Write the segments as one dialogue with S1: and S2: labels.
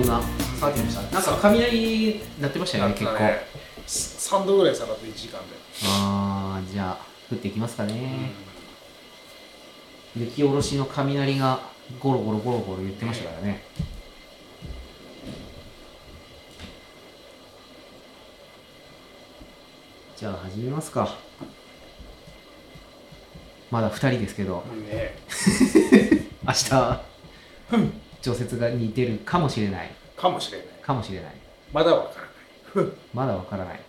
S1: カーテンでしたなんか雷鳴ってましたよね結構
S2: 3度ぐらい下がって1時間で、
S1: ああじゃあ降っていきますか
S2: う
S1: ね、雪下ろしの雷がゴロゴロゴロゴロ言ってましたからねじゃあ始めますかまだ2人ですけど
S2: んね
S1: 明日調節が似てるかもしれない
S2: かもしれない
S1: かもしれない
S2: まだわからない
S1: まだわからない。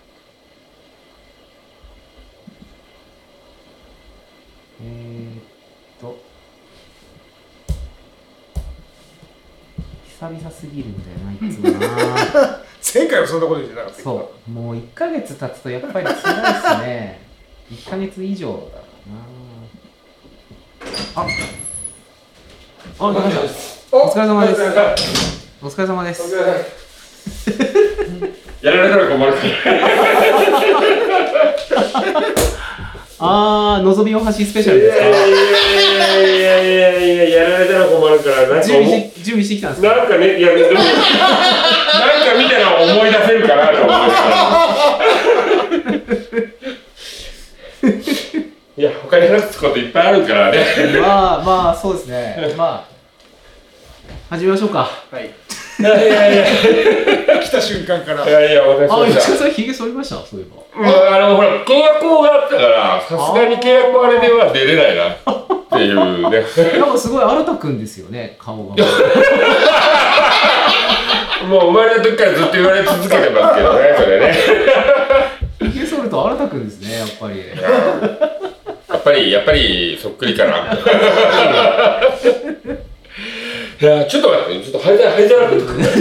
S1: えー、っと、久々すぎるんだよな、いつもな。
S2: 前回はそんなこと言ってなかったけど
S1: そう、もう1ヶ月経つとやっぱり辛いですね。1ヶ月以上だな。あ、あ、お疲れ様です。
S2: お
S1: お疲れ様です
S2: お疲れ様で
S1: お
S2: す
S1: 疲れ様です。
S3: やられたら困るから
S1: あー、望みお箸スペシャル
S3: い
S1: です
S3: やい
S1: か。
S3: やいやいやいややられたら困るからなんか
S1: 準
S3: 思
S1: 備し準備してきたんですか
S3: なんかねいやでもなんか見たら思い出せるかなと思 っていや他に話すこといっぱいあるからね
S1: まあまあそうですね。まあ始めましょうか。
S2: はい
S3: いやいやいや
S2: 来た瞬間から
S3: いやいや
S1: あ、吉
S3: 私も
S1: 田
S3: さ
S1: さんひげ剃りました。そういえば。
S3: まあ、あのほら契約法があったからさすがに契約あれでは出れないなっていうね
S1: なんかすごい新田くんですよね。顔が。
S3: もう生まれた時からずっと言われ続けてますけどねそれね
S1: ひげ剃ると新田くんですね。やっぱり。
S3: やっぱり、やっぱり、そっくりかな。いや、ちょっと待って、ちょっと、はいざ、はいざらくとくんだよ。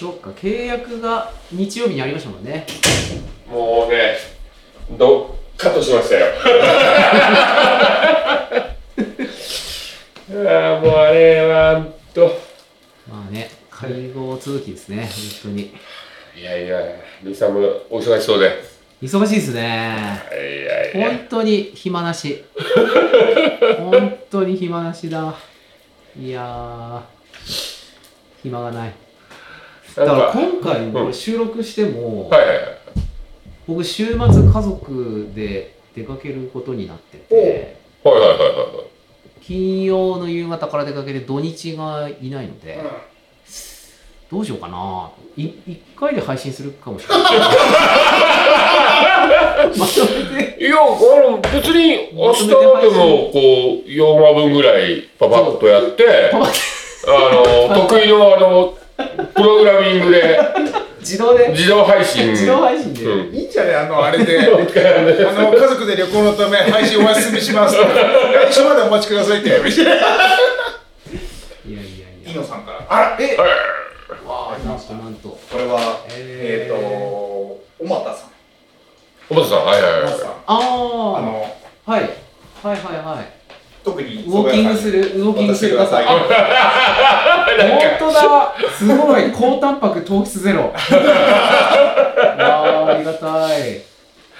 S1: そっか契約が日曜日にありましたもんね。
S3: もうね、どっかとしました よ。いや、もうあれは、ほんと。
S1: まあね会合続きですね。本当に
S3: いやいや、リサもお忙しそうで。
S1: 忙しいですね。
S3: いやいや。
S1: 本当に暇なし。本当に暇なしだ。いやー暇がない。
S3: な
S1: だ
S3: んか、
S1: から
S3: は
S1: 今回
S3: う
S1: も
S3: ん
S1: 収録しても、
S3: いはいはい。
S1: 僕週末家族で出かけることになってて
S3: はいはいはいはい。
S1: 金曜の夕方から出かけて土日がいないので、
S2: う
S1: どうしようかない一回で配信するかもしれないまとめて
S3: いや、あの、別に明日でもこう、4話分ぐらいパパッとやって、
S1: パパッ
S3: あの、得意のあの、プログラミングで
S1: 自 動で
S3: 自動配信。
S1: 自動配信で、
S3: うん
S2: んいいんじゃねあのあれ であの家族で旅行のため配信お休みします来週までお待ちくださいって
S1: いやいやいや
S4: イノさんから。あら、え、
S1: わあなんとなんと
S4: これは、
S1: え
S4: えっ、と、おまたさん。
S3: おばたさん、はいはい
S4: おま
S3: は
S4: た
S3: い。
S4: さん。
S1: あ
S4: あ
S1: ー
S4: の、
S1: はいはいはいはい
S4: 特に。
S1: ウォーキングするウォーキングする
S4: 渡してください。
S1: あ本当だすごい高タンパク糖質ゼロわあありがたい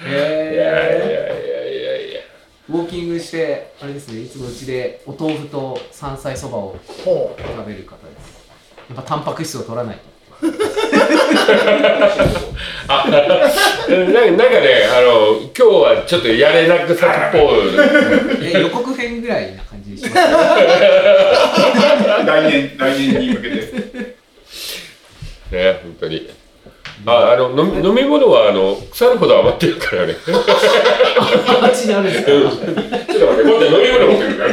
S1: へ
S3: いやいやい
S1: え
S3: やいやいや。
S1: ウォーキングしてあれですねいつもうちでお豆腐と山菜そばを
S2: ほう
S1: 食べる方ですやっぱタンパク質を取らないと
S3: えなんかなんかね、あの、今日はちょっとやれなくさっぽい。
S1: え予告編ぐらいな感じにします
S4: 来年、来年に向けて。
S3: ね、本当に。あ、あの、飲み飲み物は、あの、腐るほど余ってるからね。ちょっ
S1: 形になるんですか
S3: と待って、今度飲み物持ってくるから。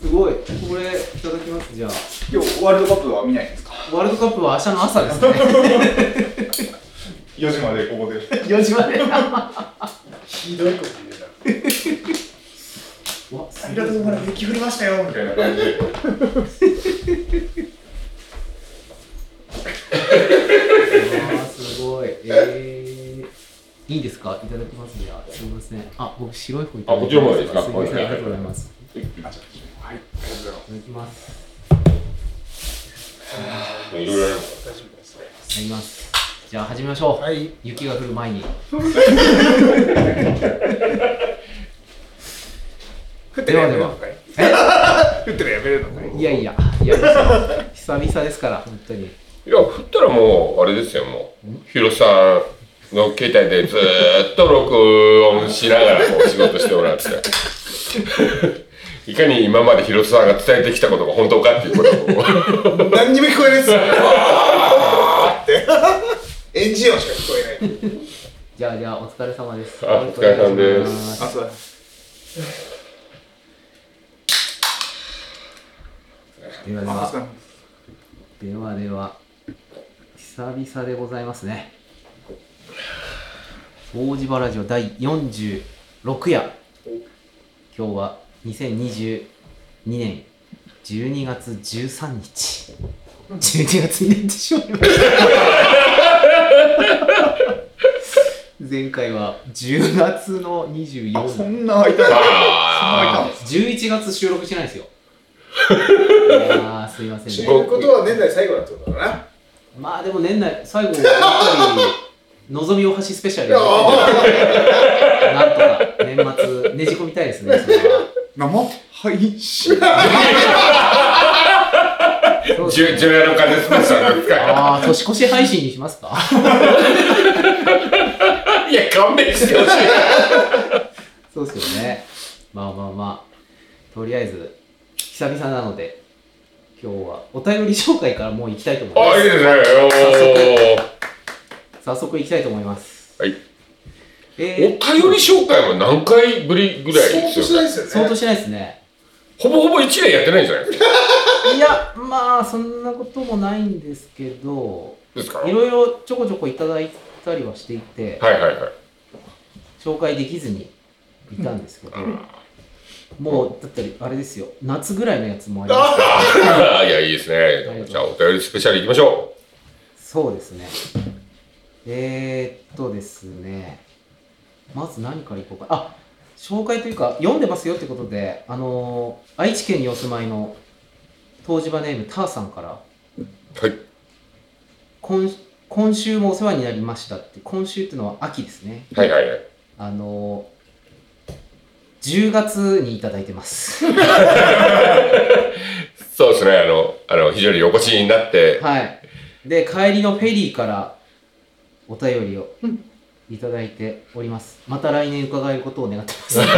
S1: すごいこれいただきますじゃあ
S4: 今日、ワールドカップは見ないんですか。
S1: ワールドカップは明日の朝ですね
S4: 四時までここで。
S1: 4時までわ
S2: ひどいこと言うな
S1: す
S4: あ
S1: ごい
S4: りがとうございます。雪降りましたよみたいな感じで。
S1: あーすごい。えー、いいですか。いただきますじゃあ。すみません。あ、僕白い方いただきます。
S3: あこっちの方がいいですか
S1: すみません。あり
S3: はい
S1: がとうございます。
S4: あ、ちょっとはい。
S1: いただきます。
S3: いろいろあ
S2: 大丈夫
S3: る
S2: ですね
S1: いただきます。じゃあ始めましょう。
S2: はい
S1: 雪が降る前に。僅差ですから、本当に。
S3: いや、振ったらもう、あれですよ、もう。ヒロさんの携帯でずーっと録音しながらこう仕事してもらって。いかに今までヒロさんが伝えてきたことが本当かっていうことを。
S2: 何にも聞こえないですよ。って。エンジン音しか聞こえない。
S1: じゃあ、じゃあ、お疲れ様です。
S3: あお疲れ様です
S1: お願いします
S2: あ、そうだ。
S1: ではで
S2: あ、そう
S1: は、
S2: だ。
S1: ではでは、久々でございますね。大地場ラジオ第46夜。今日は2022年12月13日。12月になってしまいました。前回は10月の24日
S4: そんな開いたの
S3: ああ。
S1: 11月収録してないですよ。いやーすいません
S2: 知
S1: ね。
S2: ることは年内最後だってことだな。
S1: まあでも年内最後やっぱり望み大橋スペシャルやりたいななんとか年末ねじ込みたいですね。それは
S4: 生配信
S1: そうですね
S3: 重重要な金スペシャルですか
S1: ああ年越し配信にしますか。
S3: いや、勘弁してほしい。
S1: そうですよね。まあまあまあとりあえず久々なので今日はお便り紹介からもう行きたいと思います
S3: あ、いい。ですね。
S1: 早速行きたいと思います。
S3: はい。おー
S1: え
S3: お便り紹介は何回ぶりぐらいで
S2: 相当
S3: す
S2: し
S3: よ
S2: な
S3: ね
S2: いですよ
S1: ー、
S2: ね。
S1: 相当しないですね。
S3: ほぼほぼ1年やってないんじゃないですか。
S1: いや、まあ、そんなこともないんですけど、
S3: ですか
S1: いろいろちょこちょこいただいたりはしていて、
S3: はいはいはい。
S1: 紹介できずにいたんですけど、もう、だったり、あれですよ、夏ぐらいのやつもありますから
S3: あーいや、いいですね。じゃあ、お便りスペシャル行きましょ
S1: そうですね。えー、っとですね、まず何からいこうか。あ紹介というか、読んでますよってことで、あのー愛知県にお住まいの、東芝ネーム、ターさんから、
S3: う。はい。
S1: 今今週もお世話になりましたって今週っていうのは秋ですね
S3: はいはいはい。
S1: あの10月にいただいてます
S3: そうですね、あの、あの、非常にお越しになって、
S1: はいで帰りのフェリーからお便りをいただいておりますまた来年伺えることを願ってます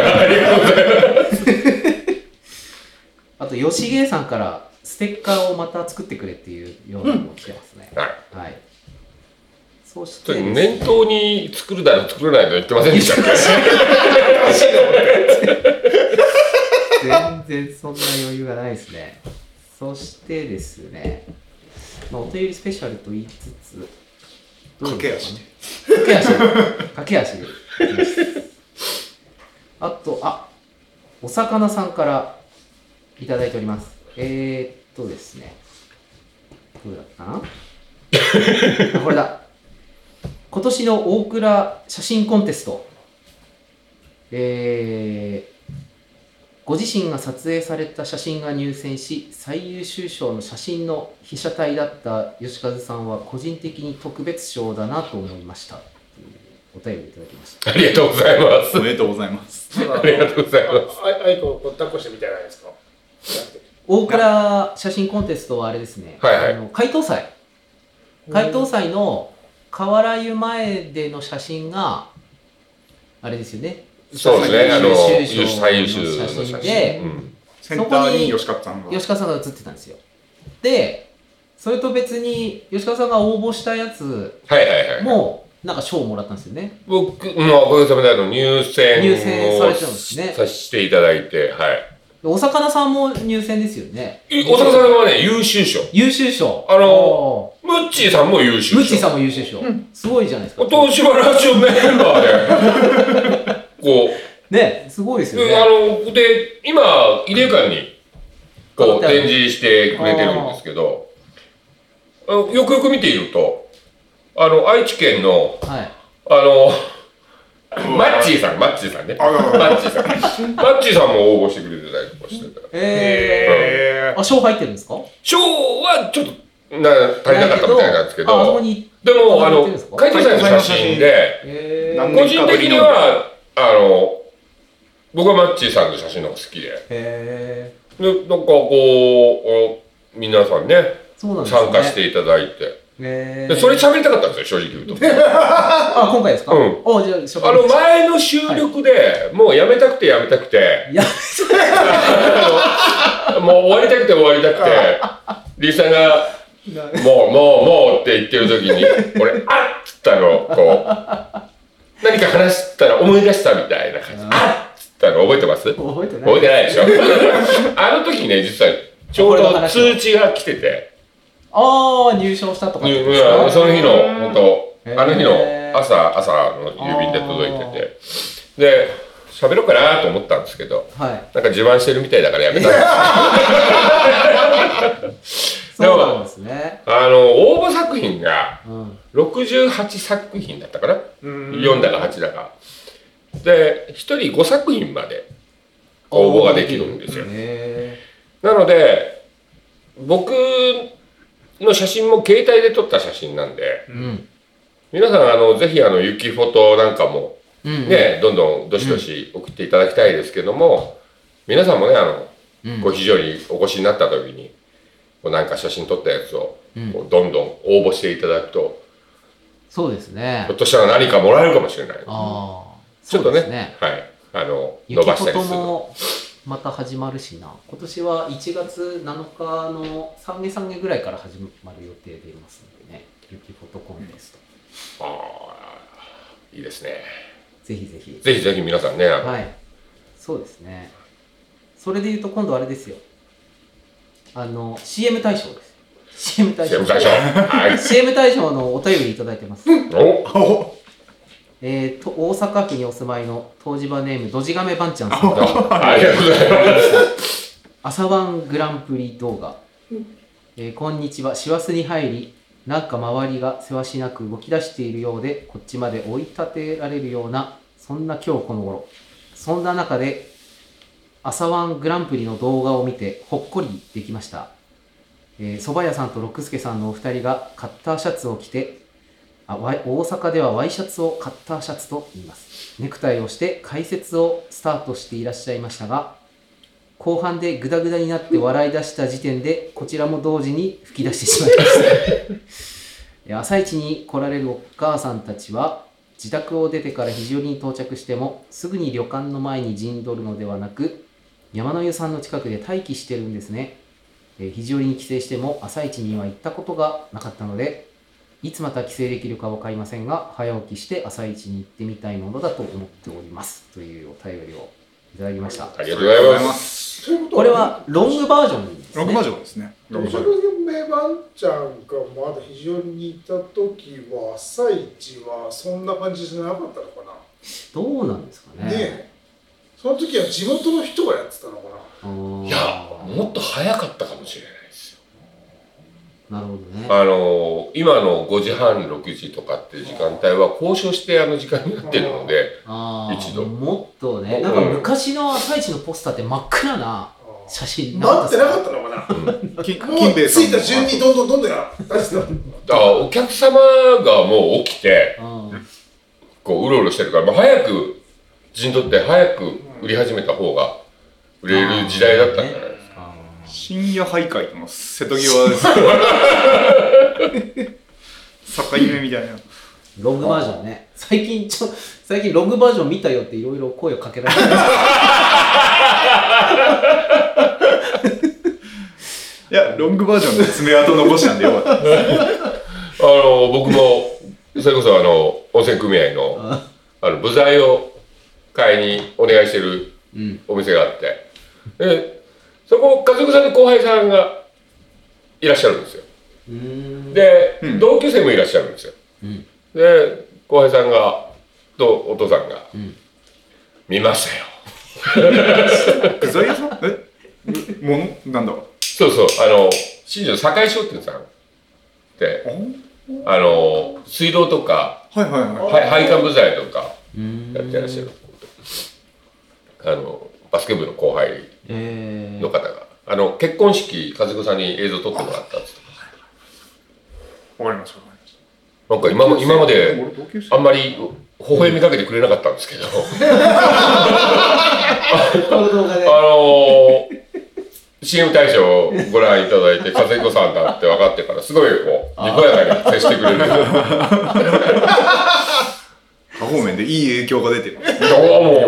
S1: あと吉芸さんからステッカーをまた作ってくれっていうようなのも来てますね、
S3: はい。
S1: はいそし
S3: ちょ
S1: て
S3: っ
S1: です
S3: と
S1: ね
S3: 念頭に作るだろ、作らないと言ってませんでしたっけ
S1: 全然そんな余裕がないですね。そしてですね、まあ、お便りスペシャルと言いつつ、どうですかね駆け足。駆け足で。あと、あ、お魚さんからいただいております。えー、っとですね、どれだったかなあこれだ。今年の大倉写真コンテスト。えー、ご自身が撮影された写真が入選し最優秀賞の写真の被写体だった吉和さんは個人的に特別賞だなと思いましたというお便りいただきました
S3: ありがとうございます。
S4: おめでとうございます
S3: ありがとうございます。
S2: ああいこを抱っこしてみたいじゃないですか。
S1: 大倉写真コンテストはあれですね、
S3: はいはい
S1: あの回答祭回答祭の河原湯前での写真があれですよね
S3: そうですね、あの、
S1: 最優秀賞
S3: 最優秀の
S1: の
S3: 写
S1: 写真
S3: 真
S1: で。
S3: うん
S4: センターに吉勝さんが
S1: 吉川さんが写ってたんですよでそれと別に吉川さんが応募したやつ
S3: はいはいはい。
S1: もうなんか賞をもらったんですよね。
S3: 僕、まあ、おかげさまであの入選を
S1: 入選されてたんですね
S3: させていただいて、はい。
S1: お魚さんも入選ですよね。
S3: えお魚さんはね、優秀賞。
S1: 優秀賞。
S3: あのー
S1: お
S3: ムッチーさんも優
S1: ー
S3: 秀賞。
S1: ムッチーさんも優秀賞。すごいじゃないですか。
S3: 東芝ラジオメンバーで、こう、
S1: ね、すごいですよ
S3: であ
S1: ね。
S3: の、で、今、入れ館に、こう、
S1: あ
S3: 展示してくれてるんですけど、あのよくよく見ていると、あの、愛知県の、
S1: はい。
S3: あの、マッチーさん、マッチーさんね。マッチーさん。マッチーさんも応募してくれてたりとかしてた。
S1: え
S4: え
S1: ー、あ、賞入ってるんですか
S3: 賞はちょっと、な、足りなかったみたいなんですけ
S1: あ、そこ
S3: ど、
S1: に。
S3: でも、あ
S1: あ
S3: の
S1: 入ってるんです、か
S3: 海藤さんの写真で、
S1: え
S4: なん
S1: ー
S4: で
S3: 個人的には、あの、僕はマッチーさんの写真の方が好きで、
S1: え
S3: でなんかこうあの皆さんね
S1: そうなんですね。
S3: 参加していただいて。
S1: えー、
S3: でそれ喋りたかったんですよ、正直言うと。
S1: あ、今回ですか
S3: うん
S1: お、じゃあ、初
S3: あの、前の収録で、もうやめたくてやめたくて、
S1: いや、
S3: あのもう終わりたくて終わりたくて、 リーさんが、もう、もう、もうって言ってる時に、俺、あっつったの、こう。何か話したら思い出したみたいな感じ。あっつったの覚えてます覚
S1: 覚えてない。
S3: えてないでしょ あの時ね、実は、ちょうど通知が来てて、
S1: ああ、入賞したとかって
S3: う
S1: こと
S3: んう
S1: で
S3: ん
S1: すか。
S3: その日の、本
S1: へ
S3: 当
S1: ー
S3: あの日の朝、朝の郵便で届いてて、で、喋ろうかなと思ったんですけど、
S1: はい。
S3: なんか自慢してるみたいだからやめたんです
S1: そうなんですね。
S3: あの、応募作品が
S1: うん。
S3: 68作品だったかな ?4 だか8だか。で、1人5作品まで応募ができるんですよ。
S1: へ
S3: なので、僕の写真も携帯で撮った写真なんで、
S1: ーうん。
S3: 皆さん、あの、ぜひ、あの、雪フォトなんかも、
S1: うん。
S3: ね、どんどん、どしどし送っていただきたいですけども、皆さんもね、あの、
S1: うん
S3: ご非常にお越しになった時に、こうなんか写真撮ったやつを、
S1: うん
S3: こうどんどん応募していただくと、
S1: そうですね
S3: ひょ。っとしたら何かもらえるかもしれない。
S1: ああ。
S3: ちょっ
S1: そ
S3: と
S1: うで
S3: ね
S1: すね。
S3: はい。あの、
S1: 雪
S3: 伸ばした
S1: こと
S3: りするの。
S1: もまた始まるしな。今年は1月7日の三下三下ぐらいから始まる予定でいますのでね。雪フォトコンテスト。
S3: ああ、いいですね。
S1: ぜひぜひ。
S3: ぜひぜひ皆さんね、あの
S1: はい。そうですね。それで言うと今度あれですよ。あの、CM 大賞です。CM 大賞。
S3: CM 大賞。はい。
S1: CM 大賞のお便りいただいてます。
S3: お
S1: えーと、大阪府にお住まいの湯治場ネーム、ドジガメバンちゃんさん。
S3: ありがとうございます。
S1: 朝晩グランプリ動画、えーこんにちは師走に入りなんか周りがせわしなく動き出しているようでこっちまで追い立てられるようなそんな今日この頃そんな中で朝晩グランプリの動画を見てほっこりできましたえー蕎麦屋さんと六輔さんのお二人がカッターシャツを着てあワイ大阪ではワイシャツをカッターシャツと言いますネクタイをして解説をスタートしていらっしゃいましたが後半でグダグダになって笑い出した時点でこちらも同時に吹き出してしまいましたえ朝一に来られるお母さんたちは自宅を出てから肘折に到着してもすぐに旅館の前に陣取るのではなく山の湯さんの近くで待機してるんですね、えー肘折に帰省しても朝一には行ったことがなかったのでいつまた帰省できるか分かりませんが早起きして朝一に行ってみたいものだと思っておりますというお便りをいただきました
S3: ありがとうございます。
S4: す。
S1: これはロングバージョンです、ね、
S4: ロングバー
S1: ョ
S4: ジョンですね。
S2: ドジャメバンちゃんがまだ非常にいた時は朝一はそんな感じじゃなかったのか
S1: ンどうなんですか
S2: な、
S1: ね
S2: ねえその時は地元の人がやってたのかな
S1: あー
S3: いや、もっと早かったかもしれないですよ。
S1: なるほどね
S3: あの、今の5時半、6時とかっていう時間帯は交渉してあの時間になってるので、
S1: あー
S3: 一度
S1: もっとねなんか昔の朝一のポスターって真っ暗な写真
S2: 待ってなか
S1: っ
S2: ったのかな
S4: 金
S2: もう
S4: 金兵衛さん
S2: 着
S4: の。
S2: いた順にどんどんどんどんや出してた
S3: だからお客様がもう起きて、
S1: たうん
S3: こう、うろうろしてるから、まあ、早く陣取って早く売り始めた方が売れる時代だったんじゃないですか。
S4: 深夜徘徊との瀬戸際です。 境目みたいな。
S1: ロングバージョンね最近ちょ最近ロングバージョン見たよっていろいろ声をかけられてる
S4: いや、ロングバージョンで爪痕残したんでよかっ
S3: あの
S4: た。
S3: 僕もそれこそあの温泉組合のあの部材を買いにお願いしてる
S1: うん
S3: お店があってでそこ家族さんの後輩さんがいらっしゃるんですよ
S1: うーん
S3: で、
S4: うん
S3: 同級生もいらっしゃるんですよ
S1: うん
S3: で後輩さんがとお父さんが「
S1: ん
S3: 見ましたよ
S4: 具材屋さんえものなんだろ」
S3: そうそうあの新庄堺商店さんって
S4: う
S3: あの水道とか
S4: はいはいはい。
S3: はい配管部材とか
S1: うーん
S3: やってらっしゃるあのバスケ部の後輩
S1: え
S3: の方があの結婚式和子さんに映像撮ってもらったっつって
S4: わかりましたわかりま
S3: なんか
S4: し
S3: 今ま今ま
S4: た。
S3: で
S4: 俺同級生
S3: あんまり微笑みかけてくれなかったんですけどあ
S1: この動画で
S3: のー CM 大賞をご覧いただい て、和彦さんだって分かってから、すごいこう、にこやかに接してくれる。
S4: 多方面でいい影響が出てる。
S3: いやもうもうもう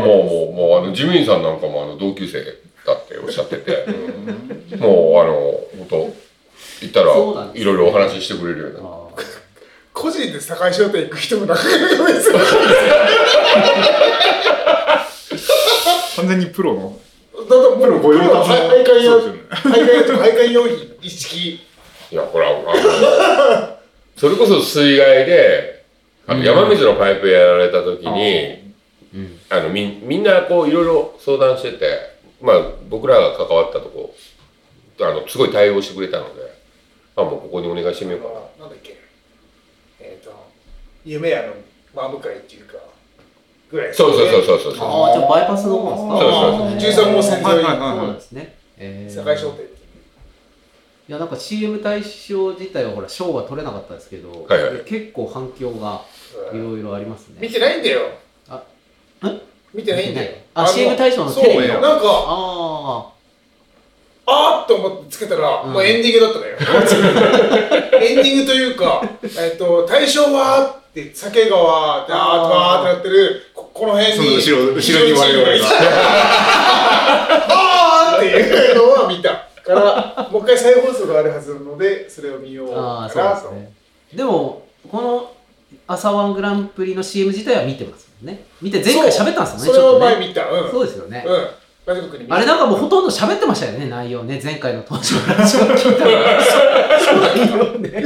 S3: もうあのジミーさんなんかもあの同級生だっておっしゃってて、もうあの本当行った
S1: そうなん
S3: ら
S1: ですね
S3: いろいろお話ししてくれるようになっ
S1: あ
S2: 個人で堺商店行く人もなかなか ですよね
S4: 完全にプロの。
S2: だともうプロ
S4: 御用達の
S2: 配管用
S4: そうですよね
S2: 配管用とか配管用品一式
S3: て、いやほらあの それこそ水害であの山水のパイプやられた時に、
S1: うん
S3: あのみみんなこういろいろ相談してて、まあ僕らが関わったとこ、あのすごい対応してくれたので、まあもうここにお願いしてみようかな。
S2: なんだっけえっ、と夢屋の真向かいっていうかぐらい
S3: そうそうそうそうそう。
S1: あー、じゃあバイパスの方ですか
S3: そう
S2: そうそう13号線沿い
S4: はいはい
S1: そうなん
S4: は
S1: ですね。えー
S2: 堺商店っていう
S1: いやなんか CM 大賞自体はほら賞が取れなかったですけど、
S3: はいはい
S1: 結構反響がいろいろあります
S2: 見
S1: ね。
S2: てないんだよ
S1: あん
S2: 見てないんだよ
S1: あ
S2: の
S1: CM 大賞のテレビ
S2: そう
S1: の
S2: なんか
S1: あ
S2: あーっと思ってつけたら、
S1: うん
S2: もうエンディングだったのよ エンディングというかえっ、と大正はーって酒川であーっとわーってなってるここの辺に
S4: その後ろ、後ろに
S2: チームが
S4: 我
S2: いて
S4: 々が。
S2: あーっていうのは見たからもう一回再放送があるはずなのでそれを見よう
S1: ー
S2: か
S1: あ
S2: な
S1: ー
S2: と
S1: そうですね。でもこの朝ワングランプリの CM 自体は見てますもんね。見て前回喋ったんですよね。
S2: そうそれを前
S1: ね
S2: 見たうん
S1: そうですよね。
S2: うんラジオ局に見た
S1: あれなんかもうほとんど喋ってましたよね内容ね前回の当時のラジオ聞いた ら内容ね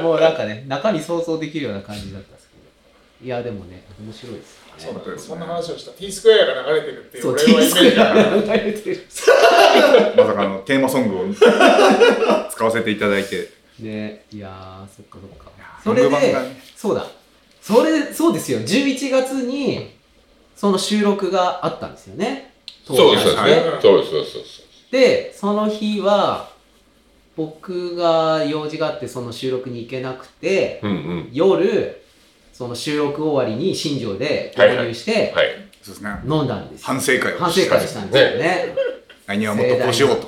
S1: もうなんかね中身想像できるような感じだったんですけどいやでもね面白いですね
S2: そうなんだよそんな
S4: そう
S2: 話を
S4: です
S2: した T スクエアが流れてるっていう
S1: そう
S2: 俺
S1: T
S2: はイ
S1: ス
S2: メ
S1: ク
S2: ージ
S1: エア
S2: が
S1: が流れてる
S4: まさかのテーマソングを使わせていただいて。
S1: ねいやーそっかそっか
S4: いやー
S1: それ
S4: ロング
S1: で
S4: 版がね
S1: そうだそれそうですよ11月にその収録があったんですよね
S3: そうです
S1: 当時
S3: そう
S1: は
S3: で
S1: ね
S3: すね。そうですそうですそうです。
S1: でその日は僕が用事があってその収録に行けなくて
S3: うんうん。
S1: 夜その収録終わりに新庄で
S3: はいは
S1: 合
S3: い
S1: 流して
S3: はい。
S4: そうですね。
S1: 飲んだんですよ、
S4: 反省会を。
S1: 反省会したんですよね
S4: 来年はもっとこうしようと。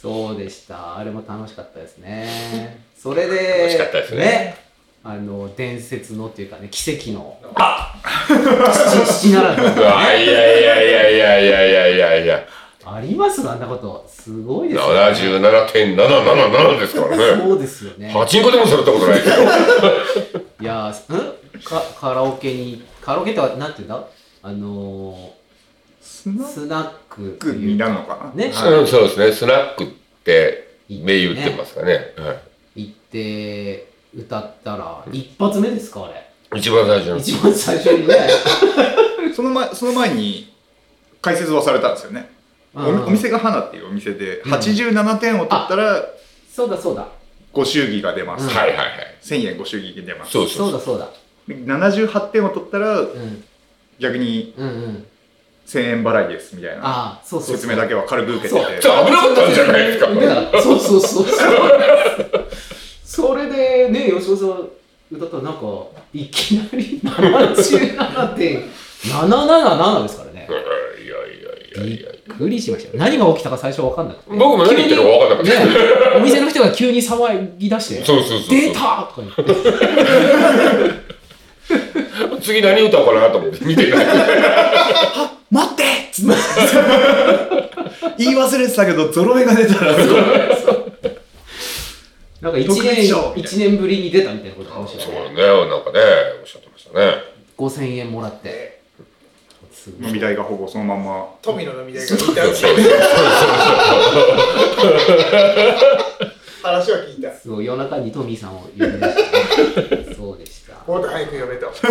S1: そうでしたあれも楽しかったですねそれで
S3: 楽しかったですね
S1: あの伝説のっていうかね奇跡のあ父父なら
S3: う
S1: ぬ
S3: わいやいやいやいやいやいやいやいや
S1: ありますあんなことすごいですよね
S3: 77.777ですから ね
S1: そうですよね
S3: パチンコでもされたことないですよ
S1: いやーんかカラオケにカラオケってはなんていうんだあの
S4: スナ
S1: ー、スナック
S4: ックになるのかな。
S1: ね
S4: はい
S3: うんそうですねスナックって銘打ってますかねは
S1: 行って歌ったら一発目ですかあれ
S3: い一番最初の
S1: 一番最初にね
S4: その前、その前に解説はされたんですよね。お
S1: うん
S4: お店が花っていうお店で、
S1: うん
S4: 87点を取ったら、
S1: そうだそうだ
S4: ご祝儀が出ま
S1: うん
S4: す。
S3: はいはいはい
S4: 1000円ご祝儀出ます。
S3: そうそ
S1: そううだそうだ
S4: で78点を取ったら、
S1: うん
S4: 逆に
S1: うんうん
S4: 1000円払いです、みたいな。
S1: ああそうそうそう
S4: 説明だけは軽く受けて
S1: そう
S4: て
S3: ち。ょ危なかったんじゃないですか
S1: ねそうそうそうそうそれでね吉尾さん歌ったらなんかいきなり77.777ですからね
S3: うんいやいやいや
S1: び
S3: いや
S1: っくりしましたよ何が起きたか最初分かんなくて
S3: 僕も何言ってるか分かんなかった
S1: 急にねお店の人が急に騒ぎ出して
S3: そうそうそうそう
S1: 出たとか言って
S3: 次何歌おうかなと思って見てた
S4: 待ってっつって言い忘れてたけど、ゾロ目が出たら、
S1: なんか1
S4: 特別賞
S1: 年一年ぶりに出たみたいなことかもしれ
S3: そう
S1: ない
S3: ねなんかねおっしゃってましたね
S1: 5000円もらってすご
S4: 飲み
S1: い
S4: 代がほぼそのまんま。
S2: 富の飲み代が聞いた
S3: そうそう
S2: 話は聞いた
S1: すごい夜中にトミーさんを呼び出してねそうでした
S2: もっと早く読めと
S1: そ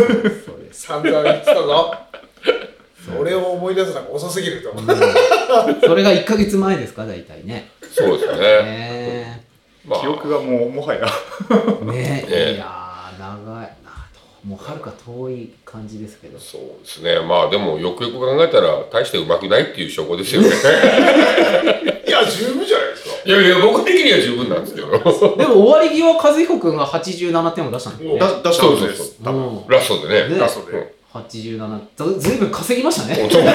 S1: うです
S2: 散々言ってたぞ俺を思い出すのが遅すぎると思う
S1: それが1か月前ですか大体ね
S3: そうですよ ね
S1: ね
S3: まあ
S4: 記憶がもう、もはや。
S1: えねえ
S3: ね
S1: いやー長いなともうはるか遠い感じですけど
S3: そうですねまあでもよくよく考えたら大してうまくないっていう証拠ですよね
S2: いや十分じゃないですか
S3: いやいや僕的には十分なんですけど
S1: でも終わり際和彦君が87点を出したんだよね
S4: だ出したんです。
S1: うん
S3: ラストでね。
S1: ね
S4: ラストで。
S1: 87ずずいぶん稼ぎましたね
S3: そう
S1: 本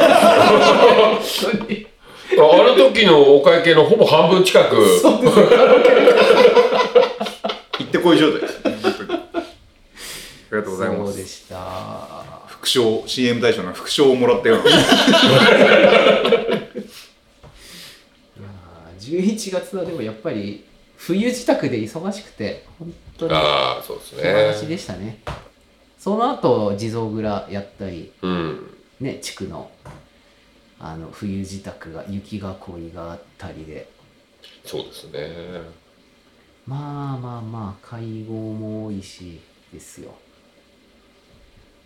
S1: 当に
S3: あの時のお会計のほぼ半分近く、
S1: そうですよ
S4: 行ってこい状態です。本当にありがとうございま
S1: そう
S4: す。
S1: でした
S4: 副賞、CM 大賞の副賞をもらったような。
S1: いやー11月はでもやっぱり冬支度で忙しくて本当に
S3: ああ、そうです
S1: 素晴らしい
S3: ね。
S1: でしたねその後地蔵蔵やったり
S3: うん。
S1: ね地区のあの冬支度が雪が氷があったりで
S3: そうですね。
S1: まあまあまあ会合も多いしですよ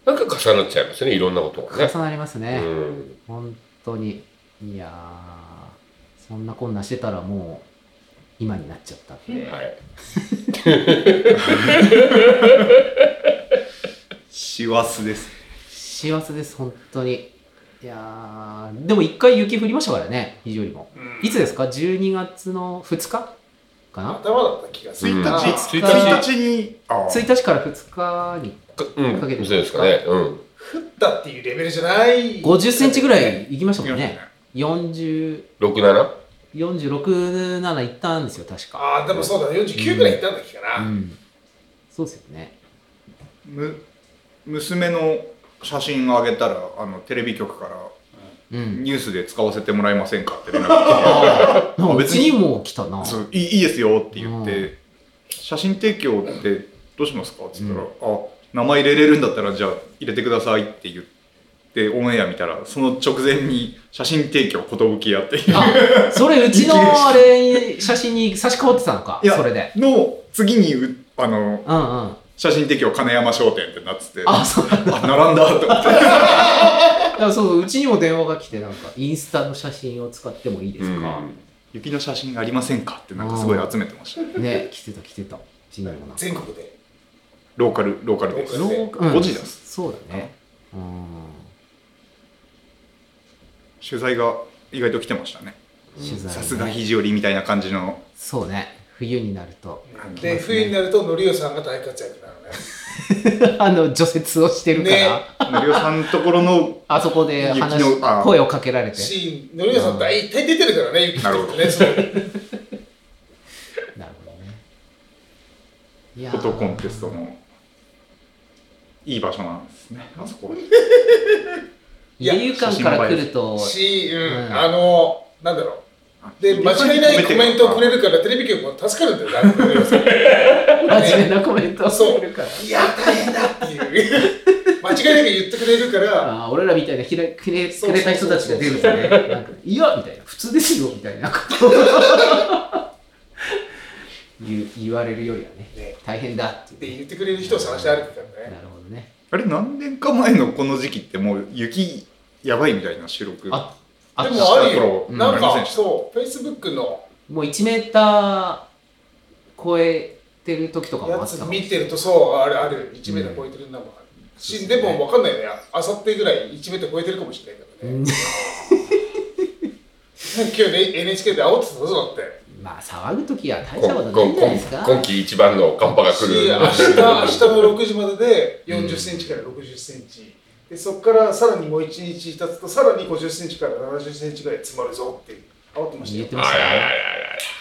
S3: なんか重なっちゃいますね、いろんなことが
S1: 重
S3: ね。
S1: なります
S3: う
S1: ね、
S3: ん。
S1: 本当にいやーそんなこんなしてたらもう今になっちゃったんで、
S3: はい。
S4: 師走です。
S1: 幸せです本当にいやーでも一回雪降りましたからね非常にも
S2: う
S1: い
S2: ん
S1: つですか12月の2日かな
S2: 頭だった気がするな。
S4: 1日
S3: 1
S4: 1
S3: 日
S4: 日に、
S1: 1日から2日に
S3: うん、
S1: かけてる
S3: そうですかね。うん。
S2: だっていうレベルじゃない。
S1: 50センチぐらい行きましたもんね
S4: 行
S1: 40
S3: 6、7?
S1: 46、7行ったんですよ確か、
S2: ああ、でもそうだね。49ぐらいいったんだっけか
S1: う
S2: な。
S1: ん、そうですよね
S4: む娘の写真をあげたら、あの、テレビ局から、
S1: うん
S4: ニュースで使わせてもらえませんかって連絡が
S1: ああ、なんかう
S4: 別
S1: ち
S4: に
S1: にも来たな。
S4: そういいいいですよって言って、写真提供ってどうしますかって言ったら、あ名前入れれるんだったらじゃあ入れてくださいって言ってオンエア見たらその直前に写真提供寿屋っていう
S1: あ、それうちのあれに写真に差し替わってたのか。
S4: いや
S1: それで。
S4: の次にうあの
S1: うんうん。
S4: 写真提供金山商店ってなってて
S1: あ、そう。だ
S4: あ並んだと思って
S1: からそううちにも電話が来てなんかインスタの写真を使ってもいいで
S3: う
S1: す
S3: ん。
S1: か。
S4: 雪の写真ありませんかってなんかすごい集めてました
S1: ね、来てた来てた。うちにもな。
S2: 全国で。
S4: ローカルローカルです
S2: ロー
S1: うん
S4: 5時です
S1: そうだね。うん。
S4: 取材が意外と来てましたね
S1: 取材ね
S4: さすが肘折みたいな感じの
S1: そうね。冬になると
S2: で、冬になると、のりおさんが大活躍なのね。
S1: あの除雪をしてるから、
S2: ね
S4: 森尾さんところの
S1: あそこで話
S4: 雪のあ
S1: 声をかけられて。
S2: シーン、のりおさん大体出てるからね、雪降ってね。そう
S1: なるほどね。いやー
S4: フォトコンテストのいい場所なんですねあそこ
S2: いや
S1: 理由館から来ると、
S2: し、う、
S1: うんん
S2: あの、なんだろう。 で、間違いないコメントをくれるから、テレビ局も助かるんだよ、なるほどね
S1: 真面目なコメントを
S2: そう
S1: くれるから。
S2: いや、大変だっていう。間違いなく言ってくれるから、
S1: あー俺らみたいなひらくれくれた人たちが出るんですね。なんかいやみたいな、普通ですよみたいなことを 言う言われるよりはね
S2: ね、
S1: 大変だって
S2: って
S1: いう
S2: 言ってくれる人を探して歩くからね。
S1: なるほどね。
S4: あれ何年か前のこの時期ってもう雪やばいみたいな収録
S1: ああ
S2: で
S1: っ
S2: もあるよ。
S4: うん
S2: なん
S4: ありません
S2: か、
S4: でした
S2: そう、Facebook の
S1: もう1メーター超えてる時とかもあ
S2: や
S1: っ
S2: つ
S1: たかも
S2: 見てると、そう、あるある、1メーター超えてるんだもん。し、でも分かんないよね。あさってぐらい1メーター超えてるかもしれないからね。 今日ね NHK で煽ってたぞだって。
S1: まあ、騒ぐ時は大し
S3: こ
S1: たことないんじゃないですか。
S3: こ今季一番の寒波が来
S2: し
S3: る。
S2: 明日、明日の6時までで40センチから60センチ。で、そこからさらにもう1日経つと、さらに50センチから70センチぐらい積まるぞって煽ってました
S1: 言
S2: よ
S1: っ。てまし
S3: あ
S1: た
S3: ららら
S1: ね。
S3: ら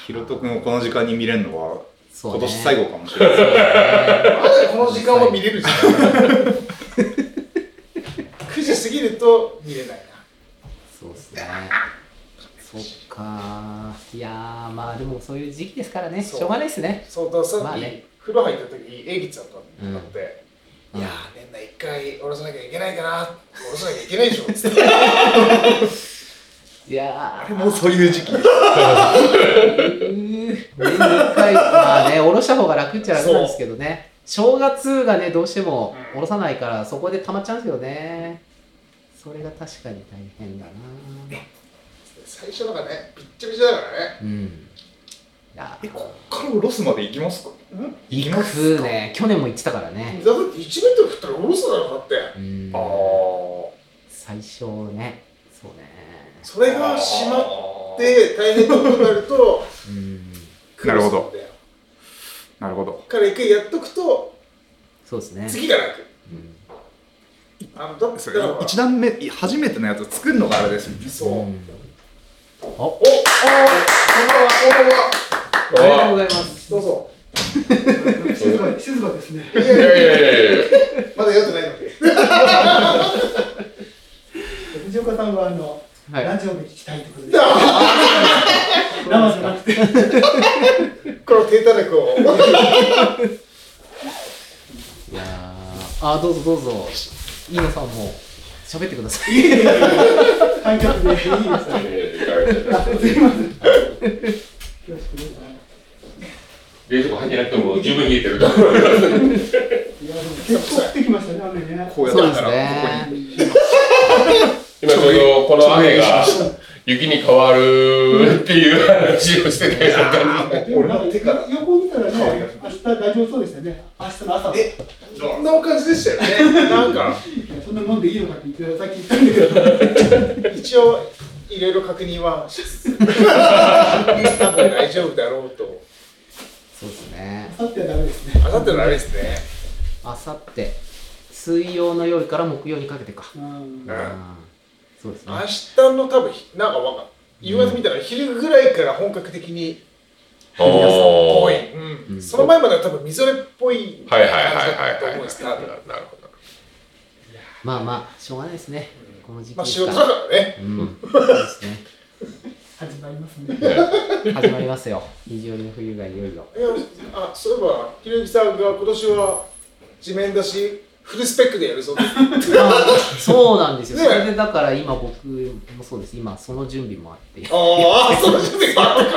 S4: ひろとくんをこの時間に見れるのは
S1: そう
S4: 今
S1: ね
S4: 年最後かもし れない
S2: まだこの時間は見 れるじゃん。9時過ぎると見れない
S1: そうですね。そっかー。いやー、まあでもそういう時期ですからね、
S2: そう
S1: しょうがないですね
S2: な。。そうだ、さっき、
S1: まあね
S2: 風呂入った時に英吉さんと会って、
S1: うん
S2: いやー、年内一回下ろさなきゃいけないかな、下ろさなきゃいけない でしょっつって。
S1: いやー、
S4: もうそういう時期
S1: うー年に一回、まあね、おろした方が楽っちゃ楽なんですけどね。正月がね、どうしてもおろさないから、そこで溜まっちゃうんですよね。それが確かに大変だな
S2: 最初のがね、びっちゃびちゃだからね。
S1: うん。いや
S4: えこっからロスまで行きますか行き
S1: ー、
S4: ます
S1: くね、去年も言ってたからね。
S2: だって1メートル振ったら下ろすだろ、だって。
S1: うん
S4: あ。あ
S1: 最初ね、そうね。
S2: それが閉まって、大変なことになると、
S1: うん。
S4: なる
S2: 苦労す
S4: ほど
S2: んだよ。
S4: なるほど
S2: から一回やっとくと、
S1: そうですね。
S2: 次が楽。
S1: うん
S2: あのだっ
S4: そ
S2: た
S4: れ
S2: ら
S4: 一段目い初めてのやつを作るのがあれですもんね
S2: そう、
S1: あおありがとうご
S3: あ
S1: ざいます
S2: どうぞ
S5: 静か静かですね。
S3: いやいやいやいや
S2: まだ読んでないので
S5: 藤岡さんはあの、
S1: はい
S5: ラジオで聞きたいってことで。生じゃなくて。
S2: この低たらくを
S1: いやーあどうぞどうぞ飯野さんも喋ってください
S5: 観客でいいですよ。よろしくね
S3: 冷蔵庫入ってなくても十分冷えてる
S5: いやでも結構降ってきましたね雨ね。
S4: こうや
S1: そう
S4: っ
S1: で
S4: た
S1: す
S4: らこ
S1: ね
S3: 今ちょうどこの雨が雪に変わるっていう話をしてて
S2: 俺の手から
S5: 横見たら
S2: 香りが
S5: ね明日大丈夫そうでしたね。明日の朝。
S2: えそんなお感じでしたよねなんか
S5: そんな飲んでいいのかって言ってさっき言ったんだけど。
S2: 一応いろいろ確認はしつつ 多分大丈夫だろうと
S1: そうですね
S5: 明後日はダメですね。
S2: あさってのあれですね
S1: あさって水曜の夜から木曜にかけてか
S5: うん
S2: う。ん
S1: あーそうですね
S2: 明日の多分ひなんかわかん夕方見たら昼ぐらいから本格的に皆さんっぽい、うん
S1: うん
S2: その前までは多分みぞれっぽい
S3: はいはいはい
S2: 感じだったと
S3: は
S2: 思
S3: い
S2: うん
S3: はい
S2: ですけど、
S3: なるほど
S1: まあまあしょうがないですねこの時期
S2: まあ
S1: です
S2: 仕
S1: か
S2: 事
S1: ら
S2: だからね
S1: うんそうですね
S5: 始まりますね。
S1: 始まりますよ非常に冬がいよいよ
S2: いやあそういえばひろゆきさんが今年は地面出しフルスペックでやるぞっ て
S1: あそうなんですよ、
S2: ね
S1: それでだから今僕もそうです今その準備もあって
S2: ああそうじゃね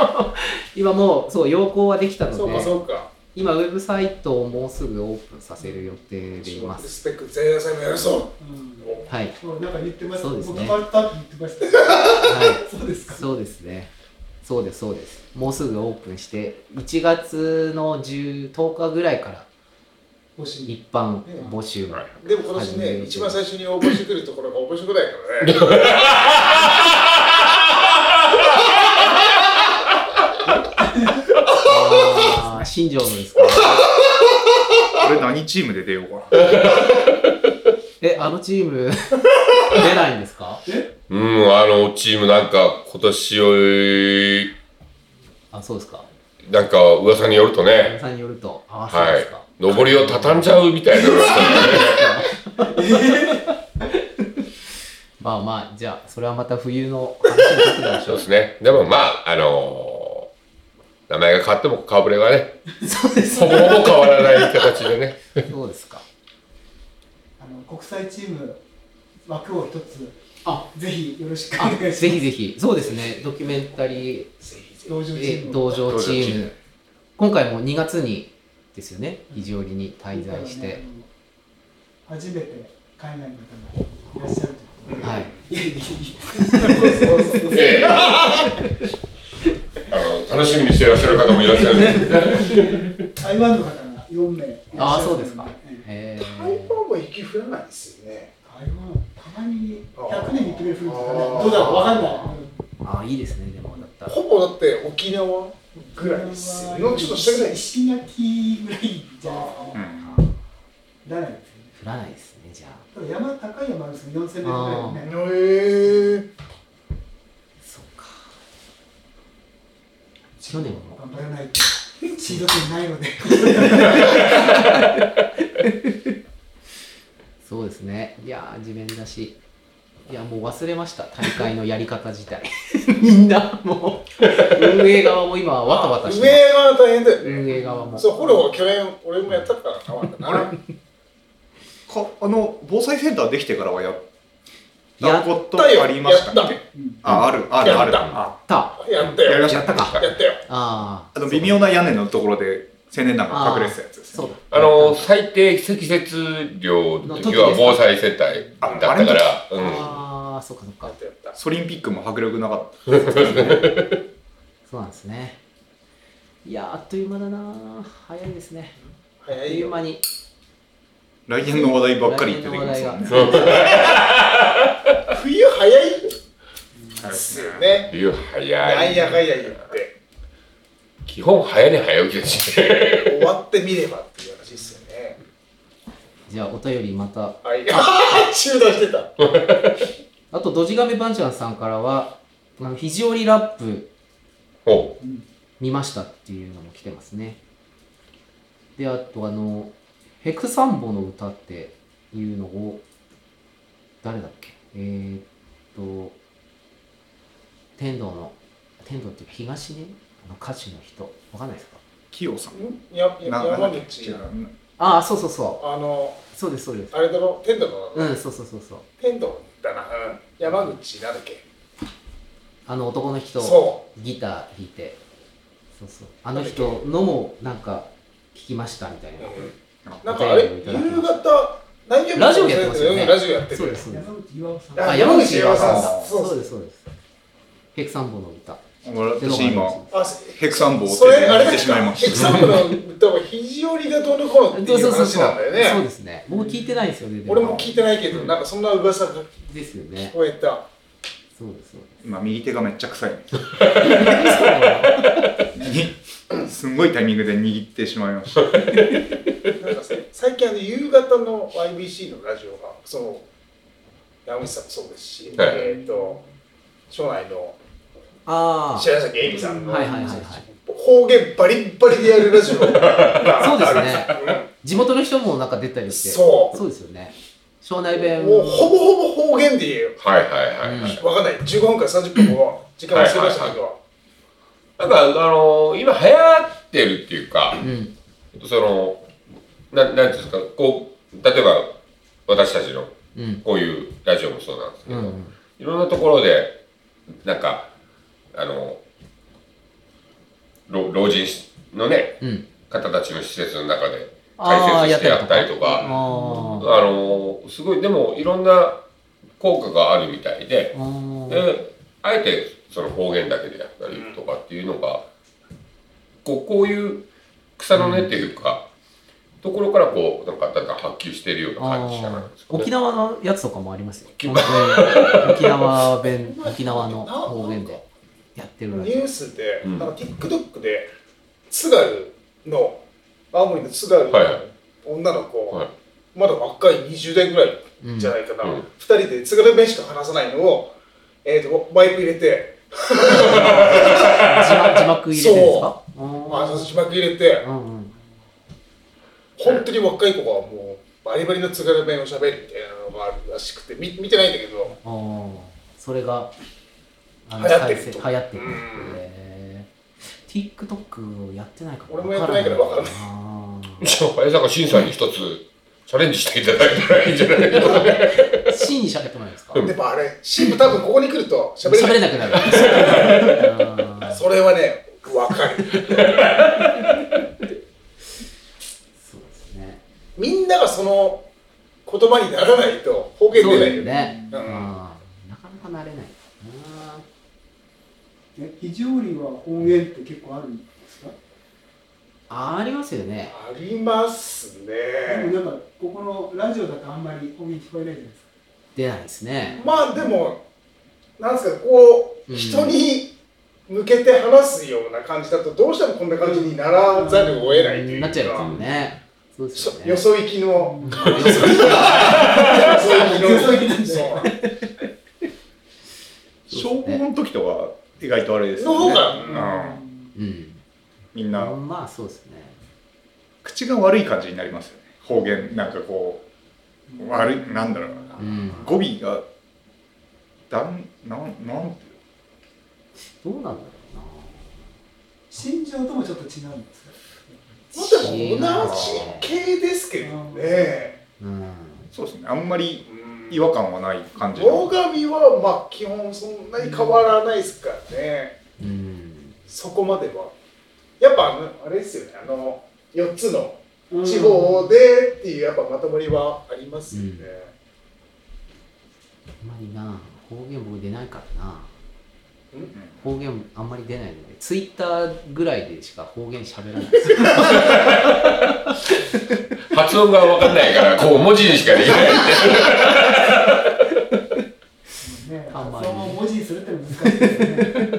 S1: 今もうそう要項はできたの
S2: そうか
S1: で
S2: そうか
S1: 今ウェブサイトをもうすぐオープンさせる予定でいま
S2: フル
S1: す
S2: スペック前夜祭もやるぞ
S5: うん。
S1: はい
S5: そうなんか言ってました。
S1: そうですね
S5: 僕変わったって言ってました。
S1: は
S5: そうです
S1: い
S5: か。
S1: そうですねそうですそうですもうすぐオープンして1月の10 10日ぐらいから
S5: 欲しい。
S1: 一般募集
S3: はい
S2: でも今年ね、一番最初に応募してくるところが面白くないから ね
S1: あー新庄のですか
S4: れ何チームで出ようか な
S1: えあのチーム出ないんですか
S3: うんあのチームなんか今年を
S1: あそうですか
S3: なんか噂によると
S1: 皆
S3: ね
S1: さんによるとあそう
S3: は
S1: で
S3: い
S1: すか、
S3: 上りを畳んじゃうみたいな噂
S1: まあまあ、じゃあ、それはまた冬の話になってたでし
S3: そ
S1: ょ
S3: うですね。でもまあ、あのー名前が変わっても顔ぶれはね、
S1: う。そうです
S3: ほぼほぼ変わらない形でね。
S1: そうです か。
S5: あの国際チーム枠を一つ
S1: あ、
S5: ぜひよろしくお
S1: あ
S5: 願いします。
S1: ぜひぜひ。そうですね、ドキュメンタリー
S5: 同情チ
S1: え
S5: ーム。
S1: 道場チ
S3: 道場チ
S1: ー
S3: ー
S1: ム。今回も2月にですよね、肘折に滞在して。
S5: あの初めて海外の方がいらっしゃるということで
S1: はい。
S5: いやいやいや
S3: ええあの楽しみにしてらっしゃる方もいらっしゃるんで
S5: 台湾の方が4名いらっしゃるの
S1: ああ、そうですか。
S5: ええ
S1: へ
S2: 台
S1: ー
S2: 湾は雪降らないですよね
S5: 台湾たまに100年に1回降るんですかね
S2: あー
S5: どうだろうわかんない
S1: ああ、いいですね、でも、だったら。
S2: ほぼだって沖縄ぐらいですよのちょっと下ぐらいです
S5: 石垣ぐらいじゃないですか
S4: う
S5: ね
S4: ん
S5: だらないですよね
S1: 降らないですね、じゃあ。
S5: ただ山高い山あるんですけど4000メートルぐらいの
S2: へ
S5: ね
S2: え
S1: そうか。去年も。
S5: 頑張らないとシード権ないので
S1: そうですね。いやー、地面だし。いや、もう忘れました。大会のやり方自 体。みんな、もう、運営側も今、わたわたし
S2: 上
S1: て
S2: は大変だ
S1: ま
S2: よ
S1: す。運営側も。
S2: そうホルモンは去年俺もやったから変わったな
S4: かあの防災センターできてからはやっ
S1: や
S4: た
S1: っ
S4: こと
S2: だよ
S4: ありました
S2: やっ
S4: ねああるあるある
S2: やった
S4: あ
S1: た。
S2: たやったよ
S4: やりまし
S1: やったか。
S2: やったよ
S1: あ
S4: あの微妙な屋根のところで青年団が隠れてたやつです
S1: そ
S4: ね
S1: うだ。
S3: あの最低積雪量の時は防災世帯だったから、うん、
S1: ああ、そっかそっか
S2: やっ。たやった
S4: ソリンピックも迫力なかった
S1: そうなんですね。いやー、あっという間だなー。早いですね。あ
S2: 早
S1: っと
S2: い
S1: いう
S2: よ
S1: 間に。
S4: 来年の話題ばっかり出てきます
S1: 来年の話
S4: よね
S1: 題が
S2: 冬早いですよね
S3: 冬
S2: な
S3: 早
S2: んや
S3: い
S2: かんや言って
S3: 基本早寝早起きだし
S2: 終わってみればっていう話ですよね
S1: じゃあお便りまた。
S2: はい。中断してた。
S1: あと、ドジガメバンジャンさんからは、あの、肘折りラップ
S3: お
S1: 見ましたっていうのも来てますね。で、あと、あの、ヘクサンボの歌っていうのを、誰だっけえー、っと、天童の、天童っていうか東ね、あの歌手の人、わかんないですか
S4: キヨさん
S2: や
S4: な
S2: や
S4: な
S2: 山
S4: んだっけ違
S2: 口。
S4: う
S1: ああ、そうそうそ
S2: あの、
S1: う。そうです、そうです。
S2: あれだろ、天童の、
S1: うん、そうそうそうそう。
S2: 天童だな。うん山口なんだっけ。
S1: あの男の人。
S2: そ。
S1: ギター弾いてそうそうあの人のもなんか聞きましたみたいうな
S2: うんなんかあれ、夕方、何曜日
S1: ラジオやってますよね
S2: うんラジオやってる。
S1: そうですそうです
S5: 山口岩尾さん。
S1: あ山口岩さんだ
S2: あそうそう
S1: そうですそうですヘクサンボの歌ってのが
S4: 私
S1: あり
S4: 今
S1: ます
S2: あ、
S4: ヘクサンボを
S2: それ、あれで
S4: 手て
S2: す
S4: しまい
S2: か。
S4: まし
S2: ヘ
S4: た
S2: クサンブの歌は肘折りがどうのこうのって
S1: そう
S2: い
S1: そううそうそ
S2: 話
S1: う
S2: なんだよ
S1: そう
S2: ね。
S1: ですね僕聞いてないんですよねでも
S2: 俺も聞いてないけど、なんかそんな噂が聞
S1: ですよね
S2: こえた。
S1: そうですそう です
S4: 今右手がめっちゃ臭い にすんごいタイミングで握ってしまいました
S2: なんかさ最近あの夕方の YBC のラジオがその山口さんもそうですし、
S3: はい
S2: えっ、と庄内の
S1: ああ
S2: 白崎恵美さんの
S1: はいはいはいはい
S2: 方言バリッバリでやるラジオが
S1: そうです
S2: あるん
S1: ね
S2: ですよ
S1: 地元の人もなんか出たりして
S2: そう
S1: そうですよね庄内弁
S2: もうほぼほぼ方言で言えよ
S3: はいはいはいはい。
S2: わかんない15分から30分も時間忘れましたけど、
S3: なんか、あのー今流行ってるっていうか、
S1: うん
S3: その、ななんていうんですか、こう、例えば、私たちの、
S1: うん
S3: こういうラジオもそうなんですけ
S1: う
S3: ど、
S1: ん
S3: いろんなところで、なんか、あの、老老人のね、
S1: うん
S3: 方たちの施設の中で
S1: あ
S3: 解
S1: ー
S3: 説してやったりと
S1: あ
S3: か、あ
S1: ー
S3: の、すごい、でも、いろんな効果があるみたいで、
S1: あー
S3: であえてその方言だけでやったりとかっていうのが、こうこういう草の根っていうか、ところからこうなんかだんだん発揮しているような感じじゃないですか、ね、
S1: 沖縄のやつとかもありますよ。本当に沖縄弁、沖縄の方言でやってるらし
S2: ニ
S1: い
S2: ュースで、
S3: うん
S2: なんか TikTok で津軽の青森の津軽の
S3: はいはい
S2: 女の子、
S3: はい
S2: まだ若い20代ぐらい
S1: うん
S2: じゃないかな、
S3: うん
S2: 2人で津軽弁しか話さないのを、えー、とバイク入れて、
S1: 字幕字幕入れてるんですか
S2: まあ、
S1: あ
S2: 字幕入れて
S1: ーうんうん
S2: 本当に若い子がもうバリバリの津軽弁をしゃべるみたいなのがあるらしくてみ見てないんだけど
S1: あーそれがあの
S2: 流行ってる
S1: 再
S2: と
S1: 生流行ってる
S2: うん
S1: へー TikTok をやってないか
S2: 俺もやってないから分からない
S1: あ
S3: じゃあ林さんが審査に一つチャレンジしていただいたらいいんじゃないですか
S1: ー C にしゃべってもらえますか
S3: うん
S2: でもあれ CM 多分ここに来るとしゃべれ
S1: 喋
S2: な
S1: れ
S2: い
S1: なくなる あー
S2: それはね分かる
S1: そうですね
S2: みんながその言葉にならないと方言
S1: そう
S2: 出
S1: だ
S2: な
S1: よ
S2: いよ
S1: ね、
S2: うん
S1: あーなかなかなれないな
S5: え肘折りは方言って結構あるんですか
S1: あありますよね。
S2: あります
S5: で
S2: ね
S5: もなんかここのラジオだとあんまり方言聞こえないじゃないですか
S1: 出ないですね。
S2: まあでもなんですかこう、
S1: うん
S2: 人に向けて話すような感じだとどうしてもこんな感じにならざるを得ないというか、
S1: なっちゃいますよね。そうです
S2: そ
S1: よね。
S2: よそ行きのよそ行きの
S5: よそ行きなんだ
S2: そう
S4: 小高の時とか意外とあれです
S2: の方
S4: よね
S2: が、
S5: うん
S1: う。
S4: みんなん
S1: まあそうですね。
S4: 口が悪い感じになりますよね方言なんかこう悪いなんだろうな
S1: うん。
S4: 語尾がだんなんなんていう
S1: どうなんだろうな。
S5: 心情ともちょっと違うんですか
S2: まあでも同じ系ですけどね
S1: うん。
S4: そうですねあんまり
S2: うん
S4: 違和感はない感じ
S2: 大
S4: の
S2: 神はまあ基本そんなに変わらないですからね、
S1: うん。
S2: そこまではやっぱあのあれですよねあの4つの
S5: うん
S2: 地方でっていうやっぱまとまりはありますよね、
S1: あんまりな、方言僕出ないからな。方言あんまり出ないので、ツイッターぐらいでしか方言喋らないです。
S3: 発音が分かんないからこう文字にしかできない
S5: ね
S1: あんまり
S5: 発音を文字にするってのは難しいですね
S1: そ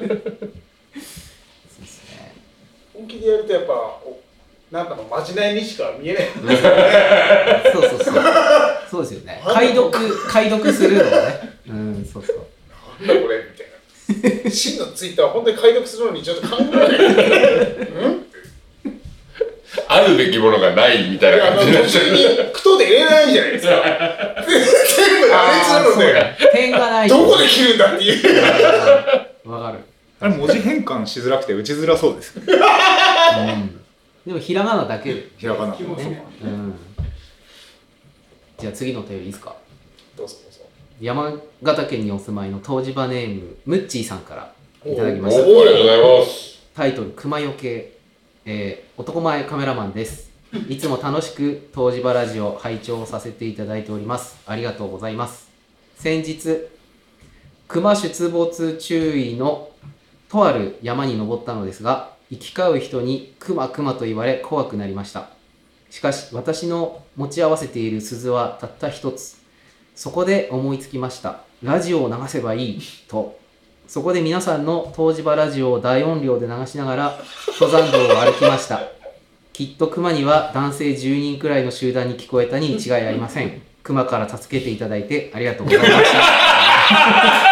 S1: うですね。
S2: 本気でやるとやっぱおなんかのまじないにしか見えない
S1: そうそうそう。そうですよね
S2: あんな
S1: 解読解読するのはねうんそうそう
S2: なんだこれみたいな。真のツイッターは本当に解読するのにちょっと考えない。
S3: あるべきものがないみたいな
S2: あの
S3: 感じになっ
S2: 途
S3: ちゃ
S2: 中
S3: う。
S2: に句とで入れないじゃないですか。全部羅列なので、
S1: 点がない
S2: どこで切るんだっていう。
S1: わかる、
S4: あれ文字変換しづらくて打ちづらそ うですよね。
S1: うん、でもひらがなだけで、
S4: ひらがな。
S5: もそう
S1: ねうん、じゃあ次のお便りいいですか
S2: どうぞどうぞ。
S1: 山形県にお住まいの湯治場ネームムッチーさんからいただき
S3: お
S1: ました
S3: お、ありがとうございます。
S1: タイトル「熊よけ」えー男前カメラマンですいつも楽しく東芝ラジオ拝聴させていただいておりますありがとうございます先日熊出没注意のとある山に登ったのですが行き交う人に「熊熊」と言われ怖くなりましたしかし私の持ち合わせている鈴はたった一つそこで思いつきましたラジオを流せばいいとそこで皆さんの東芝ラジオを大音量で流しながら登山道を歩きました。 きっと熊には男性10人くらいの集団に聞こえたに違いありません。熊から助けていただいてありがとうございました。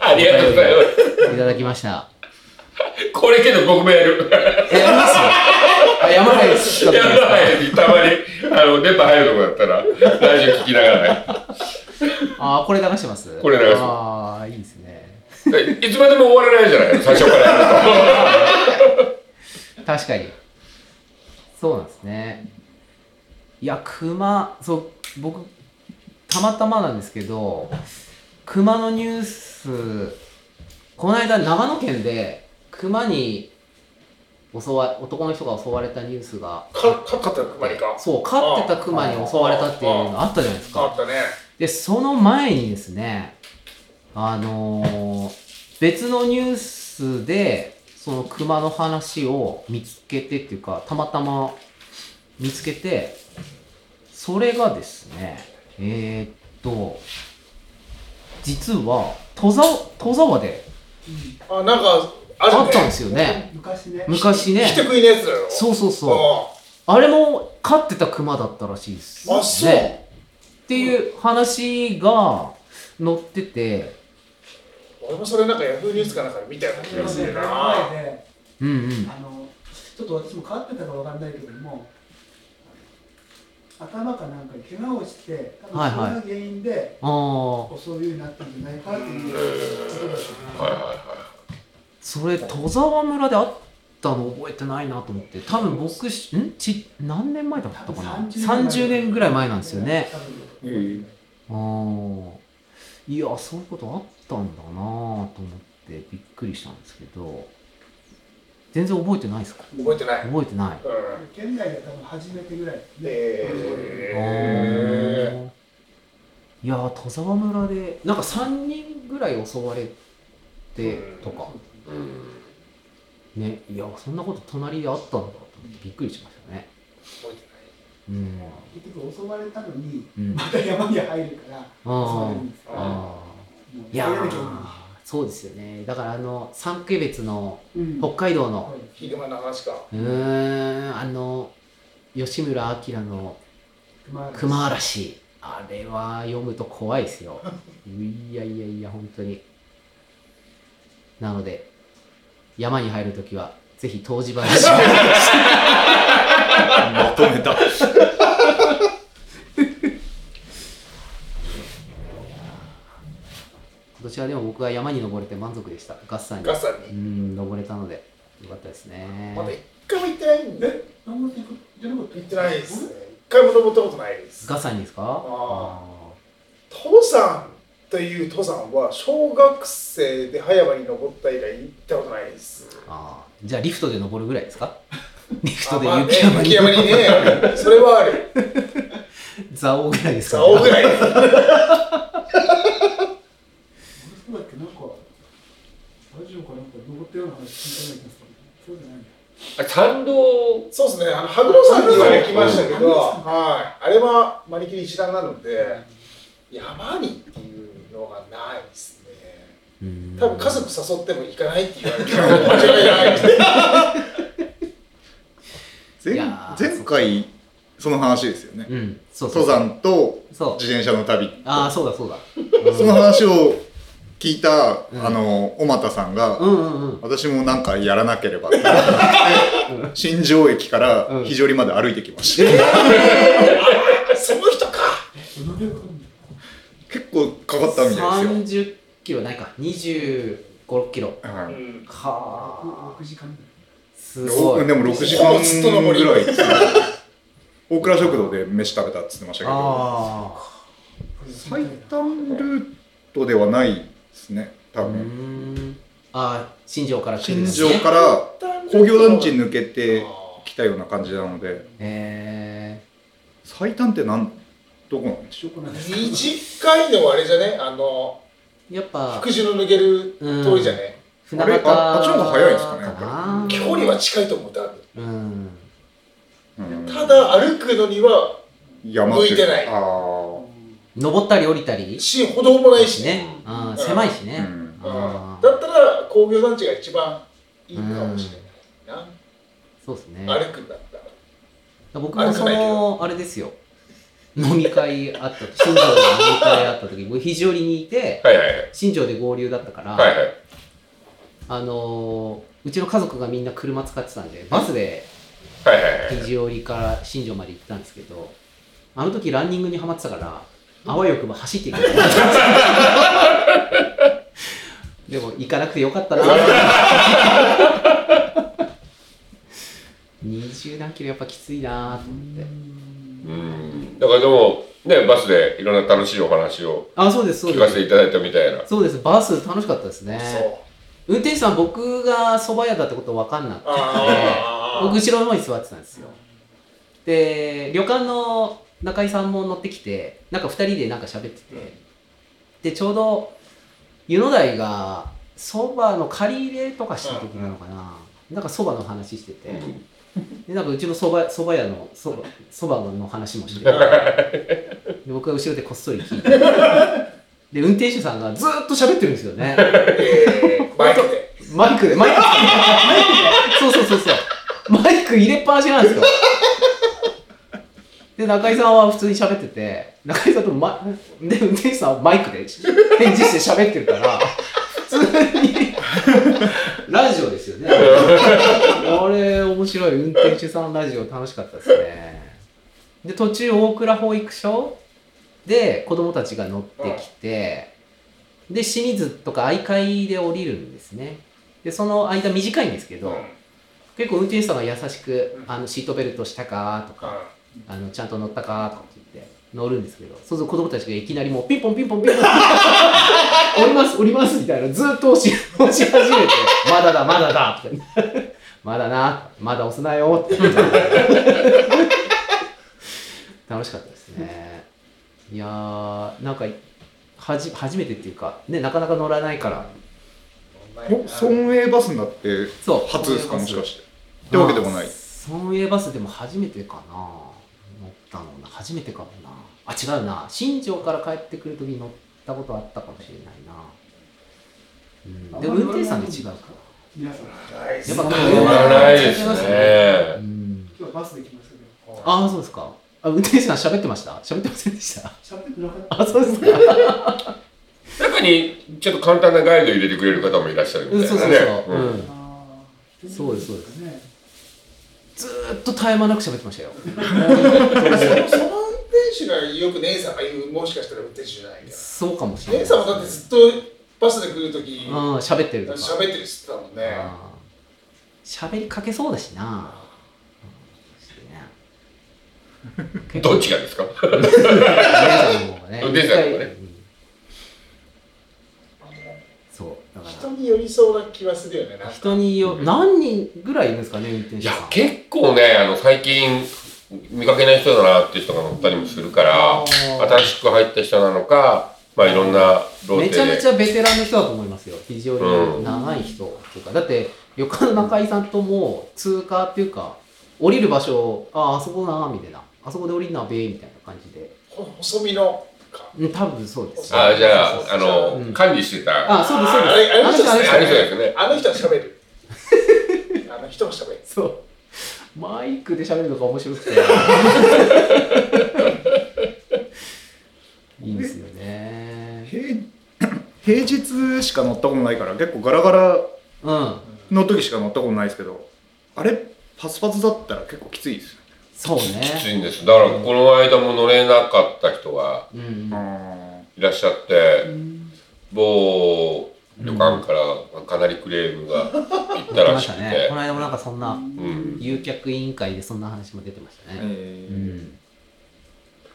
S3: ありがとうございます。
S1: いただきました。
S3: これけど僕もやる。
S1: え、やりますよ。あ、やまないです。
S3: やばい、たまに、あの、電波入るとこだったら、ラジオ聞きながらね。
S1: あ、これ流してます。
S3: これ流してます
S1: ああ、いいですね。
S3: いつまでも終わらないじゃない最初からやる
S1: 確かにそうなんですねいや熊そう僕たまたまなんですけど熊のニュースこの間長野県で熊に襲わ男の人が襲われたニュースが
S2: か、かかったのマリか。
S1: そう飼ってた熊に襲われたっていうのあったじゃないです
S2: あ
S1: か
S2: ったね。
S1: でその前にですねあのー別のニュースでその熊の話を見つけてっていうかたまたま見つけてそれがですねえー、っと実は戸沢戸沢で
S2: あ、なんか、あるね。
S1: あったんですよね
S5: 昔ね
S1: 昔ね
S2: 人食いのやつだよ。
S1: そうそう
S2: うん
S1: そうあれも飼ってた熊だったらしいです、
S2: あそう
S1: っていう話が載ってて
S2: 俺もそれなんかヤフーニュースかなんかで見たような気がするな。
S5: 前で
S1: うんうん
S5: あのちょっと私も変わってたかわかんないけども頭かなんかに怪我をして多
S1: はい
S5: 分そ
S1: はい
S5: れが原因で
S1: ああ
S5: 襲うようになったんじゃないかっていうことだ
S3: と。はいは
S1: それ戸沢村であったの覚えてないなと思って多分僕しんち何年前だったかな30年ぐらい前なんですよね
S5: 多分
S4: うん
S1: ああいやそういうことあったんだなと思ってびっくりしたんですけど全然覚えてないですか
S2: 覚えてない。
S1: 覚えてない
S2: うん。
S5: 県内で多分初めてぐらいです
S1: あ
S5: ね
S2: え
S1: ーいやー戸沢村でなんか3人ぐらい襲われてとか
S3: い。うん
S1: ねいやそんなこと隣であったんだと思ってびっくりしましたね
S2: 覚えてない。
S1: うん
S5: 結局襲われたのに
S1: うん
S5: また山に入るから襲
S1: あ
S5: われるんです
S1: あ
S5: よ
S1: あ
S5: もう
S1: ーいや
S5: 逃げなきゃいけ
S1: ーそうですよねだからあの三景別の
S5: ないうん
S1: 北海道の
S2: ヒグマの話か。
S1: うーんあの吉村明の「熊嵐」あれは読むと怖いですよいやいやいや本当になので山に入るときはぜひ湯治話を
S4: まとめた。
S1: 今年はでも僕は山に登れて満足でした合算に
S2: ガッサン
S1: う
S2: に。
S1: ん登れたのでよかったですね
S2: まだ一回も行ってないんで。
S5: 何も行くじゃなかった
S2: 行ってないですね。一回も登ったことないです。
S1: ガサにですか
S2: あ登山という登山は小学生で葉山に登った以来行ったことないです。
S1: あーあーじゃあリフトで登るぐらいです かリフト
S2: あ
S1: で
S2: まあね
S1: 雪山に
S2: 雪山にね、それはある。
S1: 蔵王ぐらいですか
S2: 竿ぐらい。
S5: そうだっけなんかラジオかなんか登ったような話聞いたような気がするそうじゃないんだ
S3: あ参道、
S2: そうですね。あの羽黒山には行きましたけど、
S5: うん
S2: はい。あれはマニキリ一段なので、山にっていうのがないですね。
S1: うん
S2: 多分家族誘っても行かないって言われてる間違いない。
S4: 前
S1: いやー
S4: 前回その話ですよね、
S1: うん、そうそうそ
S4: 登
S1: う。
S4: 山と
S1: そう
S4: 自転車の旅
S1: ああ、そうだそう だ。
S4: その話を聞いた、
S1: うん
S4: あの小俣さんが、
S1: うんうんうん。
S4: 私もなんかやらなけ ればって思って新庄駅から非常にまで歩いてきました、
S2: その人か
S5: どれくらいかかるんだよ
S4: 結構かかったみたいですよ
S1: 30キロないか、25、6キロ。
S4: は
S2: う
S4: い
S2: ん
S1: はあ、
S5: 6時間ぐ
S1: すごい。
S4: でも6時
S2: ほぼずっと
S4: 間
S2: 登り
S4: ぐらい大倉食堂で飯食べたって言ってましたけど
S1: あ
S5: らい
S4: 最短ルートではないですね
S1: あ。
S4: 多
S1: うー
S4: 分
S1: ん。ああ、新庄から来るん
S4: 新
S1: です
S4: 庄
S1: ね。
S4: から工業団地抜けてきたような感じなので
S1: え
S4: 最短ってなんどこなんでしょ
S5: しょうがない
S2: 短いのはあれじゃねあの
S1: ー、やっぱ
S2: 福、寺の抜ける通りじゃね、
S1: 船
S4: あれ
S1: 形
S4: ああっちの方が早いんですかねやっぱり
S1: な
S2: 距離は近いと思う多分
S1: うん。
S4: う、うん
S2: ただ歩くのには
S4: 山って
S2: 向いてない
S4: ああ
S1: 登ったり降りたり
S2: し歩道もないし
S1: ね。ああ、狭いし
S4: う
S1: ね。
S4: ん
S2: うん
S1: あー
S2: だったら工業団地が一番いいかもしれない
S1: そうですね。
S2: な、歩くんだったら
S1: 僕
S2: あ
S1: も
S2: れじゃ
S1: そ
S2: ないけど
S1: のあれですよ飲み会あった新庄で飲み会あった時僕肘折にいて
S3: はいはいはい。
S1: 新庄で合流だったから、
S3: はいはい。
S1: あのーうちの家族がみんな車使ってたんでバスで
S3: はいはいはい。
S1: 肘折から新庄まで行ったんですけどあの時ランニングにはまってたからあわよくば走っていくでも行かなくてよかったな20何キロやっぱきついなと思って
S3: うん。だからでも、ね、バスでいろんな楽しいお話を
S1: あそうですそう
S3: 聞
S1: で
S3: か
S1: す
S3: せていただいたみたいな。
S1: そうです、バス楽しかったですね。
S2: そう
S1: 運転手さん、僕が蕎麦屋だってこと分かんなくて、
S2: あー
S1: 僕、後ろの方に座ってたんですよ。で、旅館の中居さんも乗ってきて、なんか2人でなんか喋ってて、で、ちょうど、湯の台が、蕎麦の借り入れとかした時なのかな、なんか蕎麦の話してて、で、なんかうちの蕎麦蕎麦屋の蕎麦蕎麦の話もしてて、で僕は後ろでこっそり聞いて、で、運転手さんがずーっと喋ってるんですよね。
S2: えー、バイクで
S1: マイクで、マイクで、そうそうそうそう。マイク入れっぱなしなんですよ。で、中居さんは普通に喋ってて、中居さんと、ま、で、運転手さんはマイクで返事して喋ってるから、普通に、ラジオですよね。あれ、面白い。運転手さんラジオ楽しかったですね。で、途中、大倉保育所で子供たちが乗ってきて、で、清水とか愛海で降りるんですね。で、その間短いんですけど、
S2: うん
S1: 結構運転手さんが優しく
S2: う
S1: 「
S2: ん
S1: あのシートベルトしたか?」とか「あのちゃんと乗ったか?」とか言って乗るんですけどそうすると子供たちがいきなりもうピンポンピンポンピンポン 降ります降りますみたいなずっと押し押し始めて「まだだまだだ」って「まだなまだ押すなよ」って楽しかったですねいやーなんかはじ初めてっていうかねなかなか乗らないから
S4: お村営バスになって
S1: そう
S4: 初ですかもしか
S1: て
S4: してってわけでもない
S1: あ村営バスでも初めてかな乗ったのな初めてかもなあ違うな新庄から帰ってくる時に乗ったことあったかもしれないな、うん、でも運転手さんで違うか
S5: 皆さん
S2: ナイス
S1: やっぱ
S3: そんなないです
S1: ら、う
S3: ね。
S1: ん、
S5: 今日はバスで来ましたけ
S1: ああそうですかあ運転手さん喋ってました喋ってませんでした
S5: ど喋ってなかった
S1: あそうですか
S3: 中に、ちょっと簡単なガイド入れてくれる方もいらっしゃる
S1: う
S3: み
S1: ん
S3: たい
S1: そう
S3: な
S1: そう
S3: ね
S1: そう、う。
S3: うん
S1: ん、
S5: あー
S1: そうですそうです
S5: ね
S1: ずーっと絶え間なく喋ってましたよ
S2: その運転手がよく姉さんが言うもしかしたら運転手じゃないか
S1: そうかもし
S2: ら
S1: れな
S2: 姉
S1: い
S2: さんもだってずっとバスで来るとき
S1: うん喋ってるとか
S2: 喋ってるっつってたもんね
S1: あー喋りかけそうだしな
S3: どっちがですか
S1: 運
S3: 運転手さんの方がね
S1: そうだか
S2: 人に寄りそうな気はするよねなん
S1: ら
S2: か
S1: 人によ何人ぐらいいるんですかね運転
S3: い
S1: 手
S3: や
S1: さん、
S3: 結構ね、あの、最近、見かけない人だなっていう人が乗ったりもするから
S1: あ、ー
S3: 新しく入った人なのか、まあいろんなロー
S1: め
S3: テ
S1: ちゃめち
S3: で。
S1: ゃベテランの人だと思いますよ非常
S3: う
S1: に
S3: ん
S1: 長い人っていうかだって旅館の中居さんともう通過っていうか降りる場所をあああそこだなみたいなあそこで降りるなべーみたいな感じで
S2: ほ細身のか
S1: うん多分そうです
S3: あーじゃあ、あ
S1: う
S3: の
S1: ん、
S3: 管理してた。あ
S1: あそうですそうです
S2: あれあれ
S1: あの人あの
S3: れ
S1: 人
S3: そうですね。
S2: あの人は喋るあの人は喋る
S1: そう。マイクで喋るのが面 白くていいんですよね
S4: 平 平日しか乗ったことないから結構ガラガラ
S1: うん
S4: の時しか乗ったことないですけどあれパツパツだったら結構きついですよ
S1: そう
S3: きつ
S1: ね
S3: いんですだからこの間も乗れなかった人が
S1: うんうん
S4: ね
S3: いらっしゃって、某旅館からかなりクレームがいった
S1: 言って
S3: ら
S1: ま
S3: し
S1: し
S3: く
S1: た
S3: て、
S1: ねこの間もなんかそんな
S3: うん、
S1: 誘客委員会でそんな話も出てましたね、
S4: え
S1: う
S4: ー
S1: ん、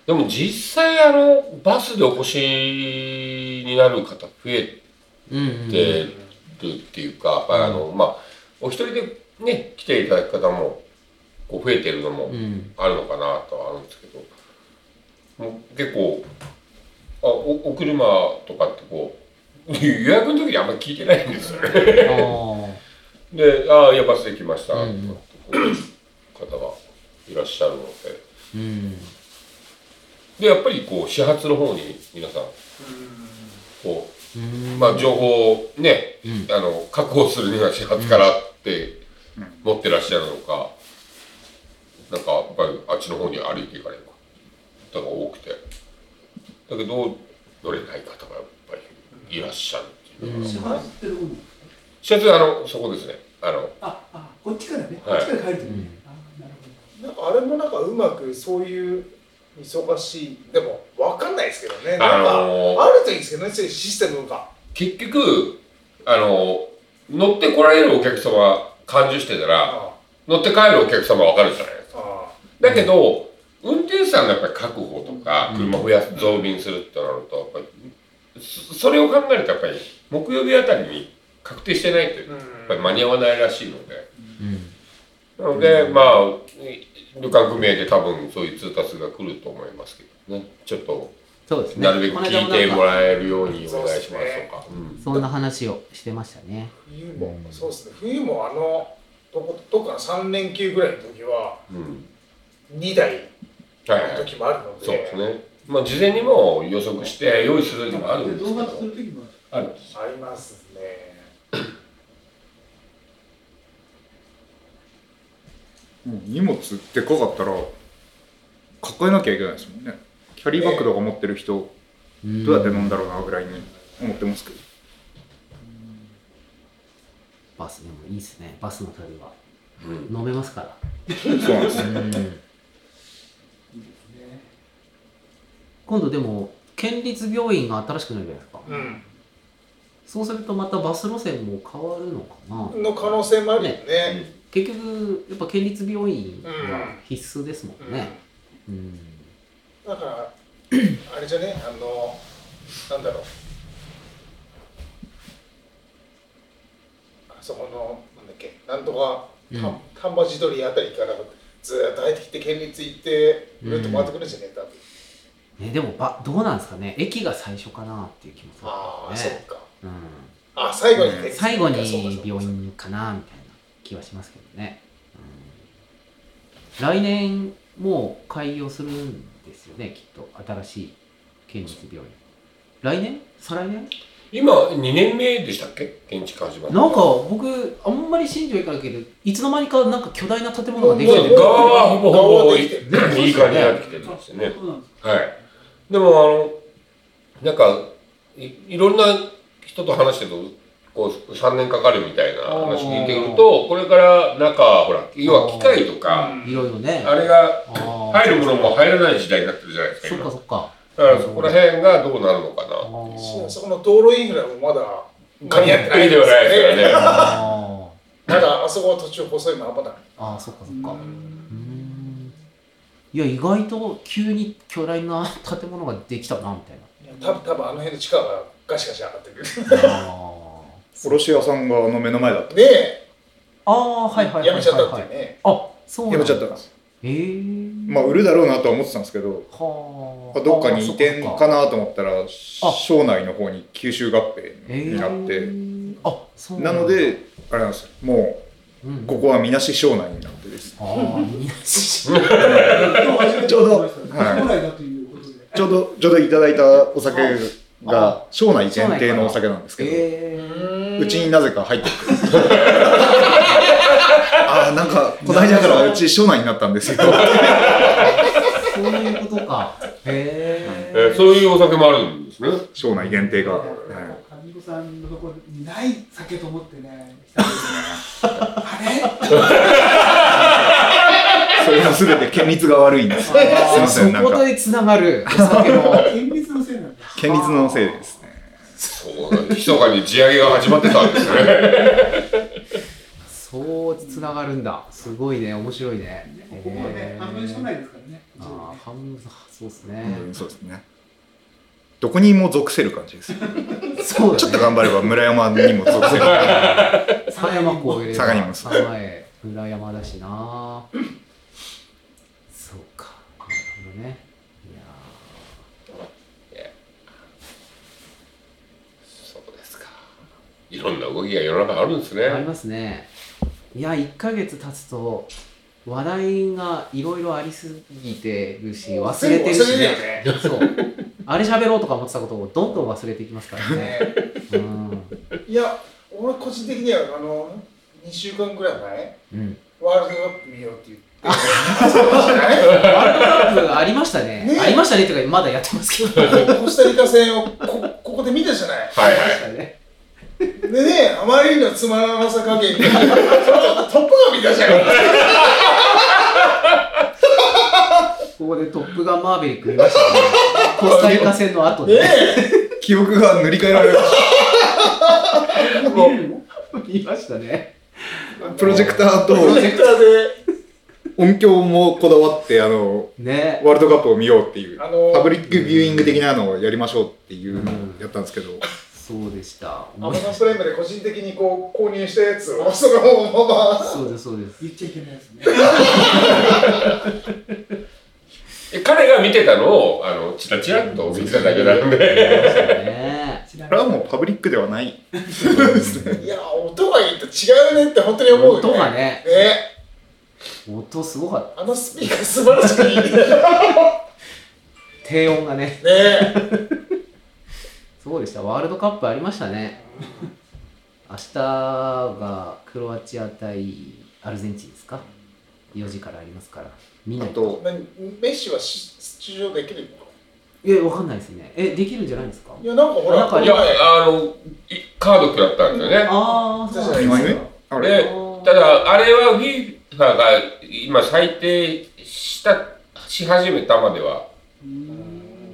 S3: でも実際あのバスでお越しになる方増え
S1: うんうん
S3: てるっていうか、あのまあお一人でね来ていただく方もこう増えてるのも
S1: うん
S3: あるのかなとはあるんですけど、もう結構あおお車とかってこう 予約の時にあんまり聞いてないんですよね。
S1: あー
S3: で「ああいやバスで来ました」
S1: う
S3: とかっ
S1: ん
S3: てこう方がいらっしゃるので。
S1: うん
S3: でやっぱりこう始発の方に皆さんこ
S1: う
S3: うんまあ情報をね、
S1: うん
S3: あの確保するには始発からって持ってらっしゃるのか、なんかやっぱりあっちの方に歩いていかれる方が多くてだけど乗れない方がやっぱりいらっしゃるっていう、
S5: 支払ってる分
S3: 始発あのそこですねあの
S5: ああこっちからね、
S3: はい
S5: こっちから帰ると
S1: うん
S5: ね、あなる
S2: なんかあれもなんかうまくそういう忙しいでもわかんないですけどね
S3: あ
S2: なんか
S3: のー
S2: あるといいですけどねそういうシステムが
S3: 結局あの乗ってこられるお客様感受してたら
S2: あ
S3: 乗って帰るお客様わかるじゃないですか
S2: ああ
S3: だけど、運転手さんのやっぱり確保とか、車増やす、増便するってなると、やっぱり、そそれを考えると、やっぱり、木曜日あたりに確定してないと、や
S2: あ
S3: っぱり間に合わないらしいので、
S1: うん
S3: なので、まあ、旅館組合で多分そういう通達が来ると思いますけどね、ちょっと、
S1: そうですね
S3: なるべく
S1: この間
S3: 聞
S1: な
S3: い
S1: ん
S3: て
S1: か
S3: もらえるようにお願いし
S2: そう
S3: ま
S2: です
S3: す
S2: ね
S3: とか。うん
S1: そんな話をしてましたね
S2: 冬もそうですね冬もあのどこどっかの3連休ぐらいの時は
S3: うん
S2: 2台
S3: はいは
S2: の
S3: い、
S2: 時もあるので
S3: そうですね。まあ、事前にもう予測して用意する時もあるん
S5: ほ
S3: で
S5: ど。
S3: す
S5: 動
S3: け
S5: 画す
S3: ど
S5: る、時も
S3: あるんです。
S2: ありますね
S4: もう荷物でかかったら抱えなきゃいけないですもんねキャリーバッグとか持ってる人どうやって飲んだろうなぐらいに思ってますけど
S1: バスでもいいですねバスの旅は
S3: うん
S1: 飲めますから
S4: そうなんですね
S5: いいですね。
S1: 今度でも県立病院が新しくなるじゃないですか、
S2: うん
S1: そうするとまたバス路線も変わるのかな
S2: の可能性もあるよね
S1: 結局やっぱ県立病院は
S2: うん
S1: 必須ですもんねうん、
S2: うんだからあれじゃねあのなんだろうあそこのなんだっけなんとか
S1: うん
S2: 丹丹波地鶏あたりからずーっと入ってきて県立行って
S1: うん
S2: ルート回ってくるんじゃねえか
S1: ね、でもばどうなんですかね駅が最初かなっていう気もする
S2: ああ
S1: ん
S2: そ
S1: だ
S2: っ
S1: ね
S2: か
S1: うん
S2: あ最後に県立行くか
S1: 最後
S2: そうかそう
S1: に
S2: か
S1: 病院かなみたいな気はしますけどね、うん、来年もう開業するんですよねきっと新しい県立病院来年再来年
S3: 今、2年目でしたっけ現地化始まって。
S1: なんか僕あんまり新庄行かないけどいつの間にかなんか巨大な建物ができ
S3: も
S1: て
S3: う
S1: る
S3: 側はほぼほぼ
S2: 側はいで
S3: い
S2: きてる
S3: 感じになってきてるんですよね。
S5: そうなんです
S3: はい。でも、あの、なんか、いいろんな人と話してると、こう、3年かかるみたいな話聞いてくると、これから中、ほら、要は機械とか、
S1: いろいろね
S3: あれが
S1: あー
S3: 入るものも入らない時代になってるじゃないですか、
S1: そっ
S3: 今。
S1: か
S3: だ
S1: そっか
S3: からそこら辺がどうなるのかな。
S2: そうそこの道路インフラもまだ間に合ってない
S3: ではないですからね。
S1: あ
S2: まだあそこは途中細いままだ
S1: ーあーそっかそっかうーんいや意外と急に巨大な建物ができたなみたいな
S2: 多分多分あの辺の地価がガシガシ上が ってくる
S1: あ
S4: 卸屋さんがあの目の前だった
S2: ねえ
S1: あーはいはいはいはい、はい、
S2: やめちゃったっていうね
S1: あそうなん
S4: や
S1: だ
S4: めちゃったんです
S1: ええー、
S4: まあ売るだろうなとは思ってたんですけど
S1: は
S4: まあどっかに移転
S1: あーそっ
S4: か
S1: っ
S4: なと思ったら省内の方に吸収合併になって、
S1: えー、あそう
S4: なん
S1: だ
S4: の、であれなんですよも
S1: うんう
S4: うんここはみなし省内になってですね
S1: ああいや
S5: 今日初めて
S4: ちょうど
S5: 聞きました
S4: はい
S5: 将来だということで。
S4: ちょうどちょうどいただいたお酒が省内限定のお酒なんですけど、
S1: え
S2: う
S4: うちになぜか入ってくるあや、なんか、この間からうち、省内になったんですよ。
S1: そういうことか。へ
S3: えーそういうお酒もあるんですね。
S4: 省内限定が。はい
S5: 神子さんのところにない酒と思ってね、来たんですよね
S4: それはすべて県立が悪いんです。すみ
S1: え。
S4: ません、な
S1: そ
S4: ん
S1: こ
S4: か、
S1: でつながるお酒
S5: あ
S1: の。
S5: れ厳密のせいなんだ。
S4: 県立のせいですね。
S3: そうなんです密かに地上げが始まってたんですね。
S1: そうつながるんだ。すごいね、面白いね。
S5: ねここはね、半分しかないですからね。
S1: あー半分そうです
S4: 本当
S1: ね。
S4: にそうですね。どこにも属せる感じです。
S1: そうだね。
S4: ちょっと頑張れば村山にも属せる。
S1: 狭山湖を入れれば
S4: 佐賀にも
S1: 佐賀へ裏山だしなそうかなるほどねいや
S3: そうですか。いろんな動きが世の中あるんですね。
S1: ーありますねいや1ヶ月経つと話題がいろいろありすぎてるし忘れてるし
S2: 忘れて
S1: ねそうあれ喋ろうとか思ってたことをどんどん忘れていきますから ねうん
S2: いや、俺個人的には、あの、2週間ぐらい前、
S1: うん
S2: ワールドカップ見ようって言 って、そうじゃない
S1: ワールドカップありましたね
S2: ね
S1: ありましたねっていうかまだやってますけど
S2: コスタリカ戦をこここで見たじゃない。
S3: はいはい。
S1: ね
S2: でね、あまりにもつまらなさ加減で、その後トップが見たじゃない。
S1: ここでトップガンマーベリック見ましたねコスタリカ戦の後で、
S2: ね
S4: 記憶が塗り替えられまし
S1: 見ましたね
S4: た。プロジェクターと
S2: プロジェクターで、
S4: 音響もこだわって、あの、
S1: ね
S4: ワールドカップを見ようっていう、
S2: あの
S4: パブリックビューイング的なのをやりましょうっていうのをやったんですけど、
S1: そうでした。
S2: アマゾンプライムで個人的にこう購入したやつをそのま ま。
S1: そうです、そうです。
S5: 言っちゃいけないですね。
S3: え彼が見てたのを、あの、チラチラっと見てただけなんで。
S1: ね
S5: 知ら
S4: あれ
S5: ない
S4: はもうパブリックではない。
S2: いや、音がいいと違うねって本当に思うよね。
S1: 音がね、
S2: ね
S1: 音すごかった。
S2: あのスピーカー素 晴らしくいいね。
S1: 低音がね。
S2: ね
S1: そうでした。ワールドカップありましたね。明日がクロアチア対アルゼンチンですか ?4 時からありますから。見
S4: あ
S1: ないと。
S4: と、
S2: 何メッシはし出場できる
S1: いや、わかんないですね。え、できるんじゃないんですか
S2: のいや、なんかほら、
S1: なんか
S2: こ
S3: い
S2: の
S3: や
S2: 前、
S3: あの、いカード食らったんだよね。
S1: ああ、そうなん
S4: 2
S1: です
S4: 枚
S1: ね
S4: 目あれ
S3: で、ただ、あれは FIFA が今裁定した、し始めたまでは、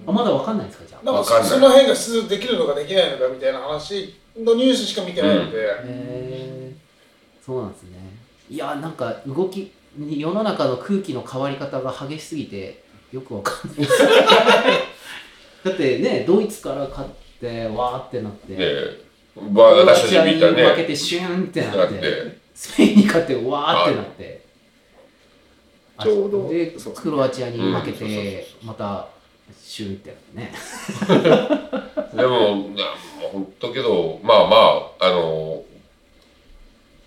S1: あまだわかんないですかじゃあ。
S2: なん
S3: わかん
S2: か
S3: な
S2: そ
S3: い
S2: の辺が出場できるのかできないのかみたいな話のニュースしか見てないので、
S1: へーそうなんですねいやなんか動き世の中の空気の変わり方が激しすぎてよくわかん ないですだってねドイツから勝ってわーってなって、
S3: で、わ私たち見た
S1: クロアチアに負け
S3: ね。
S1: てシューンってな
S3: だ
S1: っ
S3: ってて、
S1: スペインに勝ってわーってなって、
S4: ちょうど
S1: で
S4: そう
S1: クロアチアに負け
S3: うんそうそうそう
S1: てまたシューンってなってね
S3: でも、な本当けど、まあまあ、あの、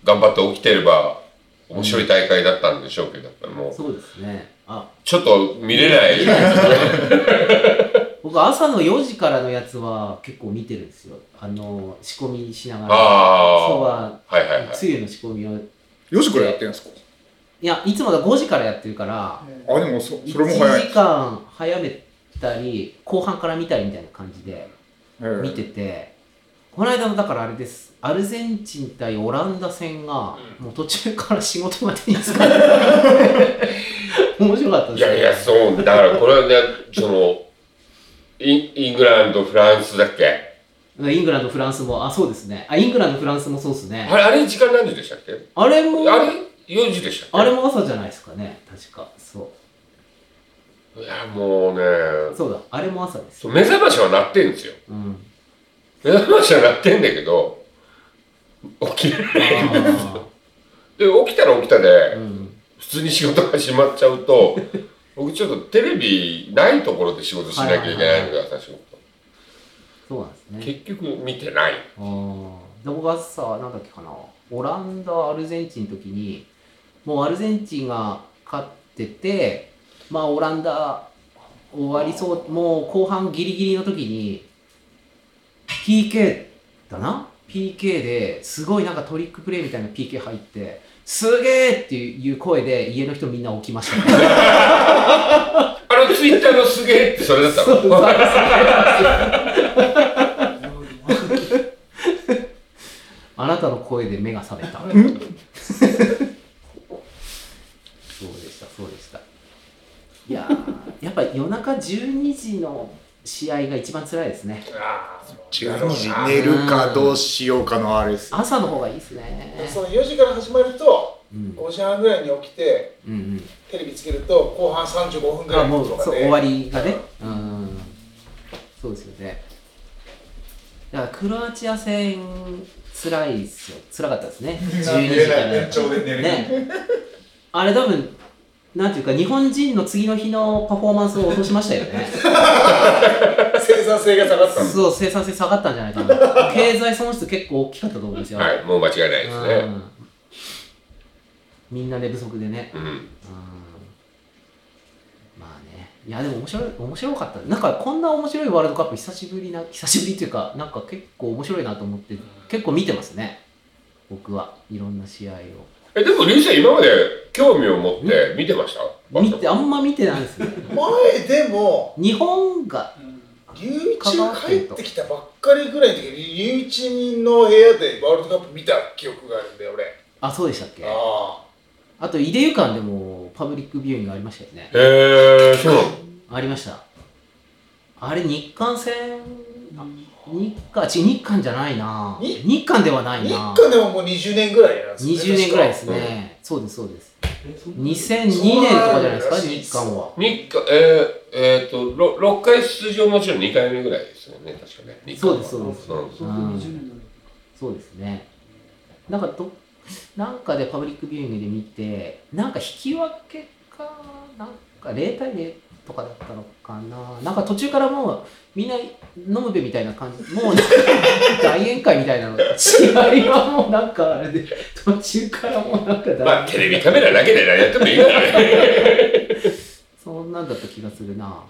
S3: 頑張って起きてれば、面白い大会だったんでしょうけど、もう、
S1: そうですねあ
S3: ちょっと見れない。
S1: 僕朝の4時からのやつは結構見てるんですよあの仕込みしながらそう
S3: あ
S1: は
S3: あ、はいはいはい。
S1: つゆの仕込みをい
S4: 4時からやってるんですか
S1: やいつもだ5時からやってるから
S4: あ、でもそ
S1: 1
S4: それも早
S1: 時
S4: い。
S1: 間早めたり後半から見たりみたいな感じで
S4: ええ
S1: 見ててこの間のだからあれですアルゼンチン対オランダ戦がもう途中から仕事までに使って 面白かったで
S3: い
S1: すね
S3: やいや、そう、だからこれはね、その、インイングランド、フランスだっけ
S1: イングランドフランスもあそうですねあイングランドフランスもそうですね
S3: あれ、あれ時間何時でしたっけ
S1: あれも
S3: あれ ?4 時でしたっけ
S1: あれも朝じゃないですかね、確か。そ
S3: いや、もう
S1: う。
S3: ね、
S1: そうだ、あれも朝です。
S3: そう目覚ましは鳴ってんですよ。
S1: うん。
S3: 目覚ましは鳴ってんだけど、起きれない。
S1: あ
S3: で、起きたら起きた
S1: ーう
S3: で、
S1: ん。
S3: 普通に仕事が始まっちゃうと、僕ちょっとテレビないところで仕事しなきゃいけないのが、私も
S1: そうなんですね。
S3: 結局見てない。
S1: あーで、僕は朝、なんだっけかな、オランダ、アルゼンチンの時に、もうアルゼンチンが勝ってて、まあ、オランダ終わりそう、もう後半ギリギリの時に、PK だな ?PK ですごいなんかトリックプレイみたいな PK 入って、すげえっていう声で家の人みんな起きましたね、
S3: あのツイッターのすげえってそれだ ったの
S1: あなたの声で目が覚めたそうでしたそうでしたいやーやっぱ夜中12時の試合が一番辛いですね
S3: あー
S4: 12時寝るかどうしようかのあれです。
S1: 朝の方がいいですね
S2: その4時から始まると
S1: うん
S2: 5時半ぐらいに起きて
S1: うんうん
S2: テレビつけると後半35分ぐ
S1: あ
S2: らい
S1: も
S2: の
S1: う
S2: と
S1: そ
S2: か
S1: う
S2: で
S1: 終わりがねうんそうですよねだからクロアチア戦辛いっすよ辛かったですね12時から
S4: 寝れない延長で寝れない
S1: ねあれ多分なんていうか日本人の次の日のパフォーマンスを落としましたよね
S2: 生産性が下がったの
S1: そう生産性下がったんじゃないか な経済損失結構大きかったと思うんですよ、
S3: はい、もう間違いないです
S1: う
S3: ね。
S1: んみんな寝不足でね
S3: うん。
S1: うんまあね、いやでも面白い面白かったなんかこんな面白いワールドカップ久しぶりな久しぶりというかなんか結構面白いなと思って結構見てますね僕はいろんな試合を
S3: え、でも、リュウさん、今まで興味を持って見てました
S1: 見てあんま見てない ですね
S2: 前でも
S1: 日本が
S2: 留一が帰ってきたばっかりぐらいの時に留一の部屋でワールドカップ見た記憶があるんだよ俺
S1: あそうでしたっけあ
S2: あ
S1: と井出湯館でもパブリックビューイングありましたよね
S3: へえー、そうなの
S1: ありましたあれ日韓戦あ日韓ち日韓じゃないな
S2: 日
S1: 日韓ではな
S2: あ
S1: い
S2: 日
S1: な
S2: 韓でももう20年ぐらいなんですね
S1: 20年ぐらいですね、そうですそうです2002年とかじゃないですか日韓は
S3: 日韓、えー、えーと、ろ6回出場もちろん2回目ぐらいですよね、確かね。日韓
S1: そう
S3: は
S1: ですそうです
S3: うん
S5: 相当20年だね
S1: そうですねなんかどなんかでパブリックビューイングで見てなんか引き分けかなんか0対0とかだったのかななんか途中からもうみんな飲むべみたいな感じもうなんか大宴会みたいなの試合はもうなんかあれで途中からもうなんか
S3: まあ、
S1: 大
S3: テレビカメラだけで何やってもいいから ね。
S1: そんなんだった気がするな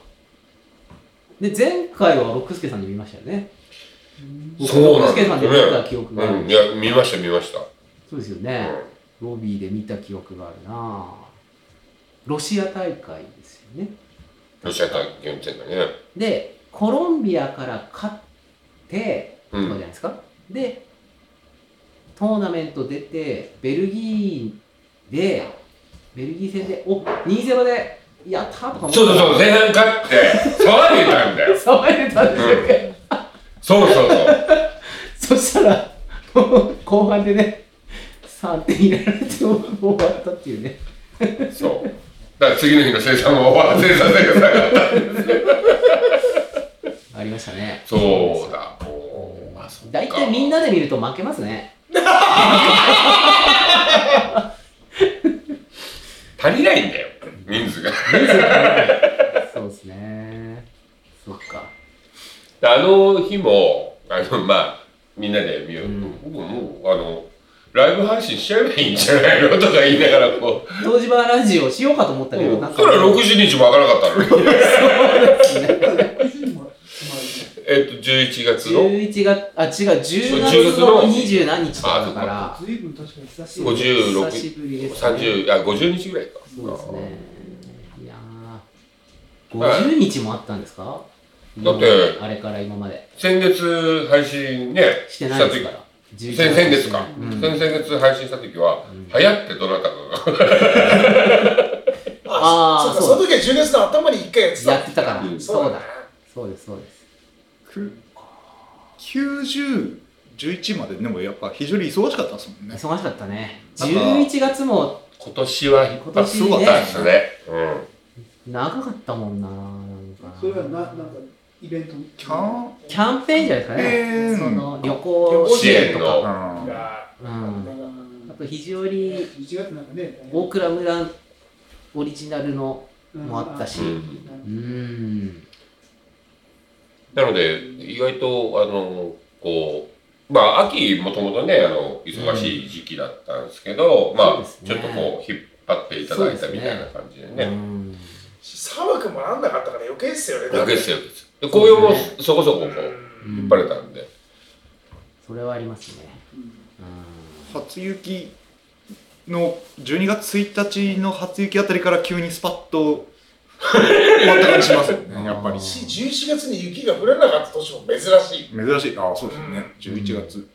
S1: で前回はロックスケさんで見ましたよね
S3: そうなん
S1: で
S3: ですす
S1: さ
S3: ね
S1: んで見た記憶がある、
S3: うん、いや、見ました、見ました。
S1: そうですよね、ロビーで見た記憶があるなロシア大会ですよね
S3: ロシア対原点がね。
S1: でコロンビアから勝って
S3: う。
S1: とかじゃなんいですか、でトーナメント出てベルギーでベルギー戦でお2-0でやったーとか思った
S3: そうそうそう、前半勝って、騒いでたんだよ。
S1: 騒いでたんですよ、ね
S3: そうそう
S1: そ
S3: そう。
S1: したらもう後半でね3点入れられてもう終わったっていうね
S3: そう。だから次の日の生産も終わらせるさせる
S1: ありましたね
S3: そうだ。おーあそっか
S1: 大体みんなで見ると負けますね
S3: 足りないんだよ、人数が。
S1: そうですね。そっか。
S3: あの日も、あの、まあ、みんなで見よう。
S1: うん
S3: 僕もう、あの、ライブ配信しちゃえばいいんじゃないのとか言いながら、こう、
S1: 東芝ラジオしようかと思ったけど、なん
S3: そ
S1: か。
S3: れは60日もわからなかったのに。
S5: 60も決ま
S3: えっと、11月の
S1: 11月、あ、違う、10月
S3: 月
S1: の
S3: の
S1: 20何日とかだから
S5: る。ね随分確かに久しい
S3: 50
S1: 久しぶりです、ね。
S3: 30、あ、50日ぐらいか。
S1: そうですね。いやー。50日もあったんですか
S3: だって
S1: あれから今まで。
S3: 先月配信ね、
S1: してないですから。
S3: 先
S1: 11
S3: 々月か、
S1: うん
S3: 先々月配信した時は、流行ってどなたかが
S2: あ
S1: あー
S2: そ
S1: そう
S2: うかその時は10月の頭に1回やってた
S1: やってたから。
S3: うん
S1: そうだ
S2: ね。
S1: そうです、そうです。
S4: く90、11まででもやっぱ非常に忙しかったですもんね。
S1: 忙しかったね。
S4: なんか
S1: 11月も
S3: 今年は引っ
S1: 今
S3: 張
S1: 年
S3: っ
S4: あそう
S1: ね
S4: だ
S3: たんですね、うん、
S1: 長かったもんななんか
S5: それはななんかイベント
S4: キャン
S1: キャンペーンじゃないですかね、
S4: ペー
S1: そ
S4: ン。
S1: の旅行
S3: 支援
S1: とか、
S3: の
S2: い
S4: あ
S2: や
S1: うん、あと肘折
S5: 1月なんかね
S1: 大倉村オリジナルの
S5: うん
S1: もあったし
S3: うん
S5: な
S1: うん
S3: なので意外とあのこうまあ秋もともとねあの忙しい時期だったんですけど、まあ、
S1: そう
S3: ち
S1: ですね
S3: ょっとこう引っ張っていただいたみたいな感じで
S1: う
S3: ね
S1: ん
S2: 寒くもなんなかったから余計っすよね
S3: 楽ですよで紅葉もそこそここう
S2: うん
S3: 引っ張れたんで、
S1: それはありますね、
S5: うん
S1: う
S4: 初雪の12月1日の初雪あたりから急にスパッ と終わった感じしますよね、やっぱり。
S2: し11月に雪が降らなかった年も珍しい
S4: 珍しい。ああ、そうですね。11月。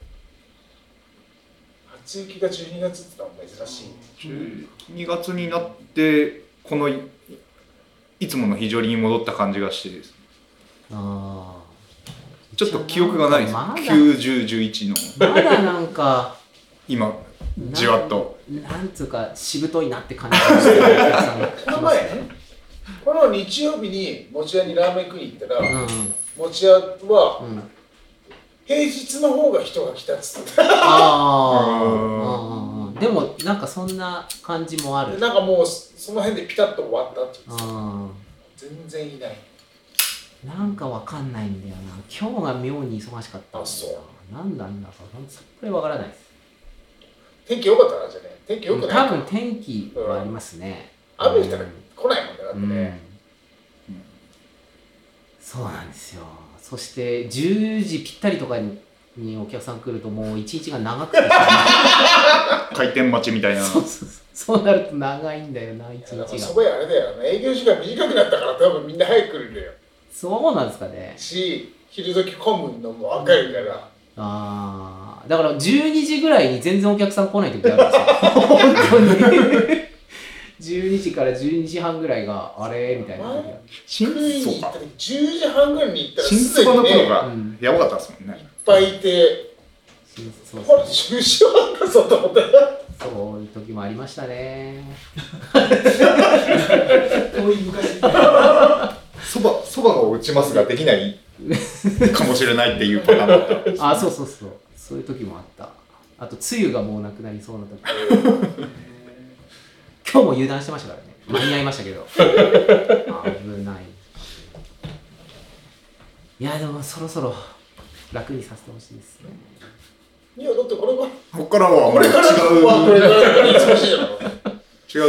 S2: 初雪が12月ってのは珍しい
S4: 2月になって、このい、いつもの日照りに戻った感じがしてです、
S1: あ
S4: ちょっと記憶がないです。
S1: まだ
S4: 9、10、11の、
S1: あまだなんか
S4: 今、じわっと。
S1: なんつうかしぶといなって感じがしてるお客さんが
S2: この前この日曜日に餅屋にラーメン食いに行ったら、
S1: う
S2: 餅屋は
S1: んうんうん
S2: 平日の方が人が来たっつってた
S1: ああでもなんかそんな感じもある
S2: なんかもうその辺でピタッと終わったって言ってた
S1: うん
S2: 全然いない
S1: なんかわかんないんだよな今日が妙に忙しかったんだよなな
S2: あそ
S1: んだなんだかさっぱりわからないです
S2: 天気良かったからじゃね天気良くない、
S1: 多分天気はありますね
S2: 雨降ったら来ないもんねだって
S1: うん
S2: ね、
S4: うん
S1: そうなんですよそして10時ぴったりとかににお客さん来るともう一日が長 くて
S4: 回転待ちみたいな。
S1: そうそうそうそうなると長いんだよな一
S2: い
S1: 日
S2: やだからそ
S1: が
S2: ば屋あれだよ、ね、営業時間短くなったから多分みんな早く来るんだよ
S1: そうなんですかね
S2: し昼時混むのも分かるから、
S1: ああだから12時ぐらいに全然お客さん来ない時あるんですよ 本当に12時から12時半ぐらいがあれみたいな時
S4: 新
S2: 食い
S4: そ
S2: に
S4: う
S2: 行っ
S4: か
S2: た。ら10時半ぐらいに行ったら
S4: 新
S2: すで
S4: 卒
S2: に
S4: の
S2: ね
S4: 頃
S1: あ
S2: いっ
S1: る、う
S4: が
S1: ん、
S4: やばかったですもんね。
S2: ぱいいて
S1: そうそう
S2: これ中止なんだぞと思ったら
S1: そういう時もありましたね
S5: 遠い昔
S4: そば、そばを打ちますができないかもしれないっていうパターンだった。
S1: あそうそうそうそういう時もあったあと梅雨がもうなくなりそうな 時今日も油断してましたからね間に合いましたけど危ないいやでもそろそろ楽にさせてほしいですね
S2: いやだってこれは
S4: ここからはもう違
S2: こ
S4: う、
S2: れから忙しいだろ
S4: 違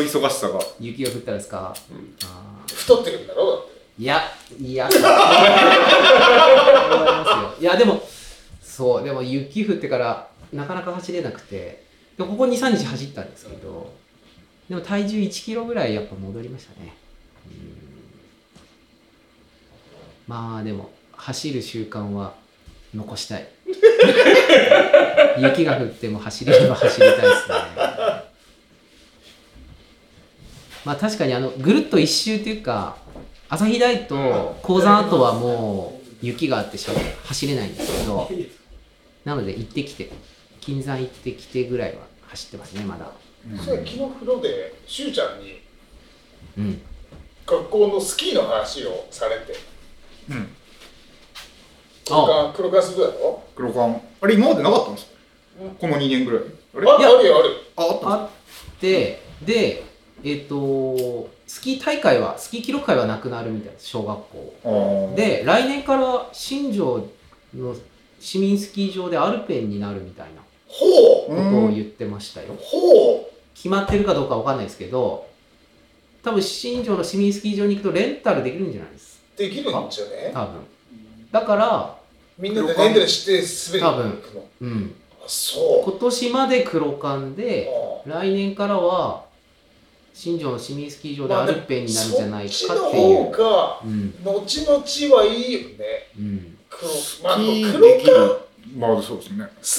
S4: う忙しさが。
S1: 雪が降ったらですか、あー
S2: 太ってるんだろ
S1: いやいや 頑張りますよいやでもそうでも雪降ってからなかなか走れなくてでここ23日走ったんですけどでも体重1キロぐらいやっぱ戻りましたねうんまあでも走る習慣は残したい雪が降っても走れれば走りたいですねまあ確かにあのぐるっと一周というか朝日台と鉱山跡はもう雪があってしか走れないんですけどなので行ってきて金山行ってきてぐらいは走ってますねまだ
S2: だってそれ昨日風呂でしゅうちゃんに
S1: うん
S2: 学校のスキーの話をされて
S4: うん。
S2: 黒川黒川するだろ
S4: 黒缶。あれ、今までなかったんですかこの2年ぐらい。あれ
S2: あある
S1: いや
S2: よあるよ
S4: あ、あった
S1: あってでえっ、とスキー大会はスキー記録会はなくなるみたいです小学校
S4: あー、
S1: で来年から新庄の市民スキー場でアルペンになるみたいな
S2: ほ
S4: う
S1: ことを
S4: ん、
S1: 言ってましたよ
S2: うほ
S1: 決まってるかどうかわかんないですけど多分新庄の市民スキー場に行くとレンタルできるんじゃないです
S2: うできるんじゃね
S1: 多分だから
S2: みんなでレンタルして滑りに行くの
S1: うん
S2: あそう
S1: 今年まで黒缶で
S2: あ
S1: 来年からは新庄の市民スキー場でアルペンになるんじゃないか
S2: そ
S1: っ
S2: ってち
S1: い
S2: の方
S1: う
S2: が
S1: うん
S2: 後々はいいよね
S1: うん
S2: 黒まあ
S4: いい
S2: 黒
S4: できる
S2: か
S4: まあ、そうです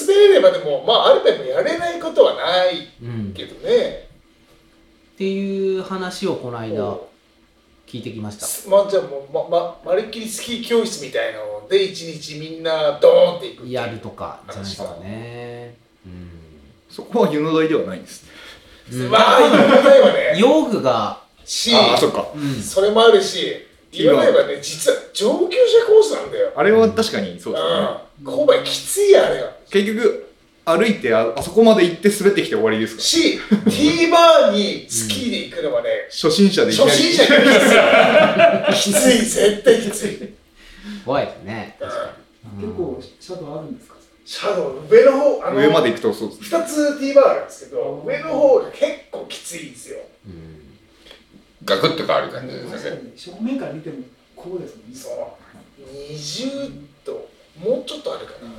S4: ね。
S2: 滑れればでもまあある程度やれないことはない
S1: うん
S2: けどね
S1: っていう話をこの間
S2: こ
S1: 聞いてきました
S2: うまあじゃあもうまままるっきりスキー教室みたいので一日みんなドーンっていくっていう
S1: やるとかじゃないですかねうん
S4: そこは湯の台ではないんです。
S1: うん
S2: まあいろいろだよ ね
S1: 用具が
S2: し
S4: ああ、そっか。
S1: うん
S2: それもあるし言わないばね実は上級者コースなんだよ
S4: あれは確かにそうですね。
S2: うん勾配きついよあれは
S4: 結局、歩いてあ、あそこまで行って滑ってきて終わりですか
S2: し T バーにスキーで行くのはね
S4: 初心者でいきな
S2: 初
S4: り
S2: 心者がきついきつい絶対きついうん
S1: 怖いですね
S5: 結構シャドウあるんですか
S2: シャドウ上の方あの
S4: 上まで行くとそうですね。
S2: 2つ T バーあるんですけど上の方が結構きついんですよ
S1: うん
S3: ガクッと変わる感じです
S5: 確
S3: よ
S5: か
S3: ね。
S5: に正面から見てもこうですもんね
S2: そう20度もうちょっとあるかな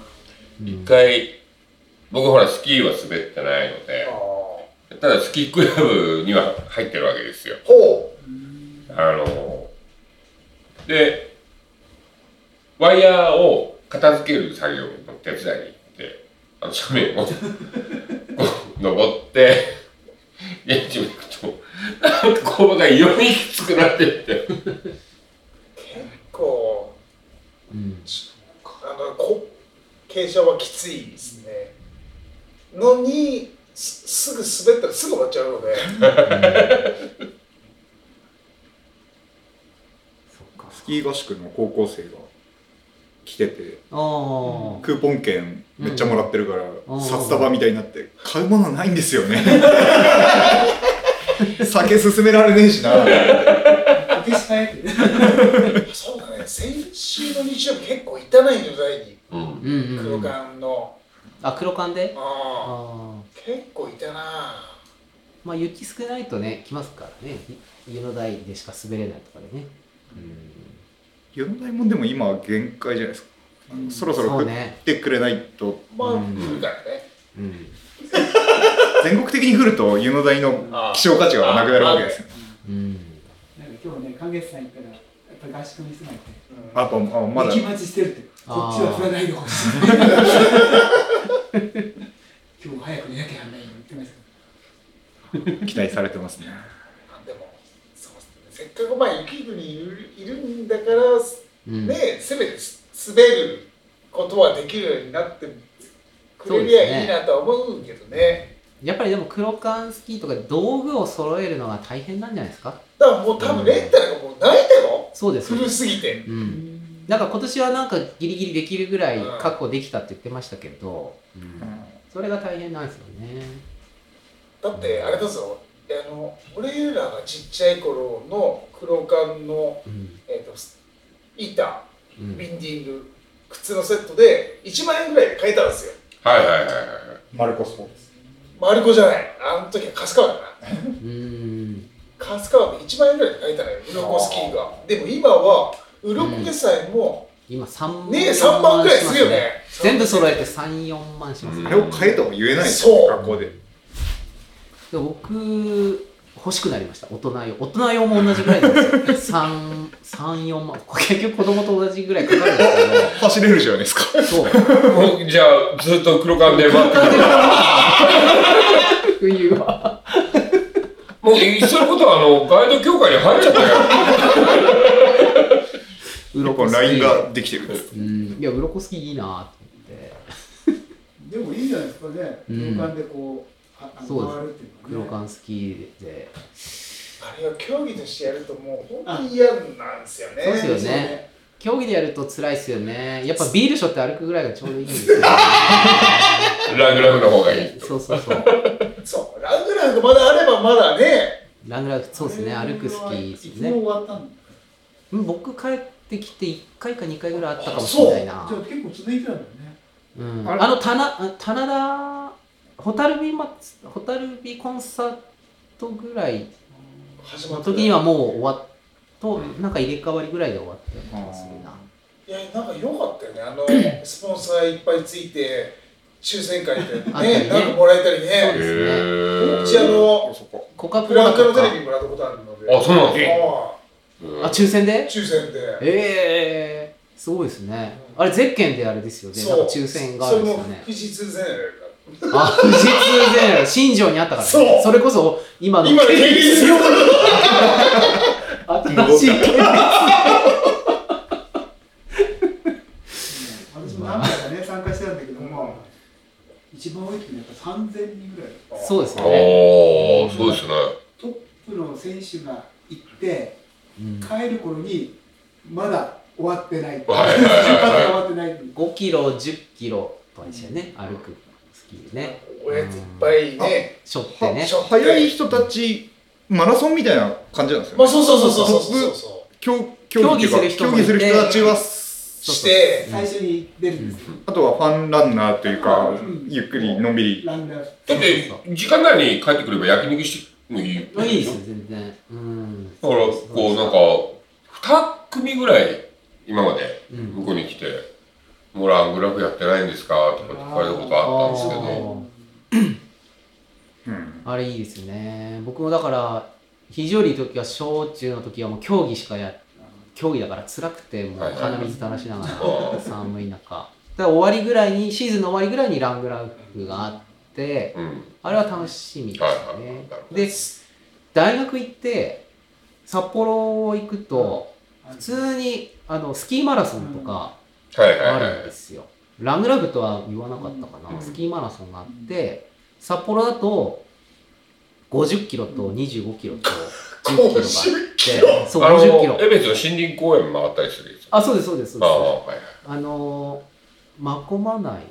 S3: 一回、僕ほらスキーは滑ってないの
S2: あ
S3: で、ただスキークラブには入ってるわけですよ。
S2: ほ
S3: あのでワイヤーを片付ける作業の手伝いに行ってあの斜面をこう登って現地に行くとなんか工場がよりきつくなってって
S2: う結構
S1: うん
S2: あのこ傾斜はきついですねのにすすぐ滑ったらすぐ終わっちゃうので
S1: そっか
S4: スキー合宿の高校生が来てて
S1: ああ
S4: クーポン券めっちゃもらってるから、
S1: うん
S4: 札束みたいになって買うものないんですよね酒勧められねえしな
S5: お手しないってね。
S2: そうだね先週の日曜日結構痛ない状態に
S3: うん
S1: うんうんう
S2: 空
S1: ん
S2: 間の、
S1: あ黒缶で
S2: ああ
S1: ああ
S2: 結構いたな
S1: まあ雪少ないとね来ますからねい家の台でしか滑れないとかでねうん
S4: 四大門でも今は限界じゃないですか、そろそろ
S1: そう
S4: 降っ
S1: ね
S4: てくれないと
S2: まあ、
S1: う
S2: うんるからね
S1: うん
S4: 全国的に降ると湯の台の希少価値がなくなるわけですよ
S1: うん
S5: なんか今日ね、かげさん行ったら、やっぱ合宿の人がいて、
S4: あやっぱあまだ
S5: 雪待ちしてるって、こっち
S1: あー
S5: は降らないでほしい。今日早く寝なきゃなんないよ言ってましたけど。
S4: 期待されてますね
S2: あでもそうっすねせっかくまあ雪国にいるいるんだから
S1: うん
S2: ねせめてす滑ることはできるようになってくれりゃいいなとは思うけどね
S1: やっぱりでも黒缶スキーとか道具を揃えるのが大変なんじゃないですか
S2: だからもう多分レンタルがもうないだろ、
S1: そうですそうで
S2: 古
S1: す
S2: すぎて
S1: うんなんか今年はなんかギリギリできるぐらい確保できたって言ってましたけど、うんそれが大変なんですよね
S2: だってあれだぞあの俺らがちっちゃい頃の黒缶の、
S1: うん
S2: えー、とす板
S1: うん
S2: ビンディング靴のセットで1万円ぐらいで買えたんですよ
S3: はいはいはいはい
S4: マルコスポーツ
S2: マルコじゃないあの時は春日川だな
S1: うん
S2: 春日川で1万円ぐらいで買えたのよ鱗スキーがでも今は鱗決済も、
S1: 今3万
S2: ねえ3万ぐらいするよね
S1: 全部揃えて34万します、
S3: うん
S4: あれを買えとは言えないです
S2: そう
S4: よ学校で
S1: で僕欲しくなりました大人用大人用も同じぐらいなんですよ3 34万結局子供と同じぐらいかかるんで
S4: 走れるじゃないですか
S1: すけどそう
S3: もうじゃあずっと黒缶で待ってる
S1: 冬は
S3: もういっそのことはあのガイド協会に入っちゃったよ
S1: う
S4: 結構ラインができてるんです
S1: うんいやうろこ好きいいなと思って
S5: でもいいじゃないですかね。
S1: うん
S5: 空間でこう、ああ
S1: そう
S5: の
S1: です
S5: 回るっていう
S1: 黒
S5: のはね。
S1: 缶好きで
S2: あれは競技としてやるともう本当に嫌なんですよね
S1: そうですよね。競技でやると辛いですよね。やっぱビールショット歩くぐらいがちょうどいいんですよ、ね。
S3: ラグラグの方がいい
S1: そうそうそう。
S2: そうラグラグまだあればまだね
S1: ラングラフ、そうですね。歩く好きです
S5: いつも
S1: ね。
S5: 終わったんだ。
S1: うん僕帰ってきて1回か2回ぐらいあったかもしれないな
S5: じゃ。あ結構続いてたんだよね。
S1: うん、
S4: あれ
S1: あの棚、あ棚田、ホタルビ祭、ホタルビコンサートぐらい
S2: 始ま
S1: の
S2: った
S1: 時にはもう終わっと、なんか入れ替わりぐらいで終わったような気がするな。
S2: いやなんか良かったよねあの スポンサーいっぱいついて抽選会で
S1: あったりね
S2: ねなんかもらえたり
S1: そう
S2: ね
S1: です
S2: うちあの
S4: そこ
S1: コカ・コ
S2: フ
S1: ー
S2: ラ
S1: ラ
S2: ンカ
S1: と
S2: の
S1: か
S2: テ、レビもらったことあるので
S3: あそうなんで
S2: あ
S3: すか
S1: あ、抽選で
S2: あ抽選で
S1: ええすごいですね。あれ、ゼッケンであれですよね。なんか抽選があ
S2: そ
S1: る
S2: れ
S1: んです
S2: も
S1: よね
S2: 富。士通ゼネラルだ
S1: あ、富士通ゼネラル、新庄にあったから、ね。
S2: そう
S1: れこそ、今の
S2: 今の平均すごい
S1: 新しい。
S5: 私も何回かね、参加してたんだけども、一番多い時にやっぱ3000人ぐらい。
S1: そうですよね。
S3: おーそうですね
S5: トップの選手が行って、
S1: うん
S5: 帰る頃に、まだ終わってない。出
S3: はいはい
S5: 発
S3: は
S5: が
S3: い
S5: 終わってない。
S1: 5キロ、10キロとかでしたよね。歩く、スキーでね。
S2: おやついっぱいね
S1: しょってね
S2: し。ょって
S4: 早い人たちマラソンみたいな感じなんですよ
S2: ま
S4: ね
S2: あそうそうそうそうそうそ
S4: 競競技っていうか
S1: 競技
S4: 競技
S1: す
S4: す
S1: る人もい
S4: る
S1: て
S4: 人たちは
S2: う
S1: そう
S2: して
S5: 最初に出るんですよ。
S4: あとはファンランナーというか
S5: うん
S4: ゆっくりのんびり
S5: ランナー。
S3: だって時間内に帰ってくれば焼肉してもいい
S1: まあいいですよ、全然。うん。
S3: だからこうなんか2組ぐらい今まで
S1: うん
S3: 向こうに来て「もらうグラフやってないんですか?」とかって聞かれたことあったんですけど
S1: あー
S4: うん
S1: あれいいですよね僕もだから非常に時は小中の時はもう競技しかや競技だから辛くても
S3: は
S1: う
S3: いはい
S1: 鼻水垂らしなが
S3: あ
S1: ら寒い中だから終わりぐらいにシーズンの終わりぐらいにラングラフがあって
S3: うん。
S1: あれは楽しみでした
S3: はいはいはい
S1: ね
S3: なるほど
S1: で大学行って札幌行くと普通にあのスキーマラソンとか
S3: はいはい
S1: あ
S3: はい
S1: るんですよ。ラングラブとは言わなかったかな、
S3: うん
S1: スキーマラソンがあって、札幌だと50キロと25キロと10キロがあって、そう、
S3: あの
S1: 50キロ。
S3: 江別の森林公園もあったりするやつ。
S1: あ、そうです、そうです、そう
S3: ああ、
S1: で
S3: はいはい。
S1: す。あのー、まこまない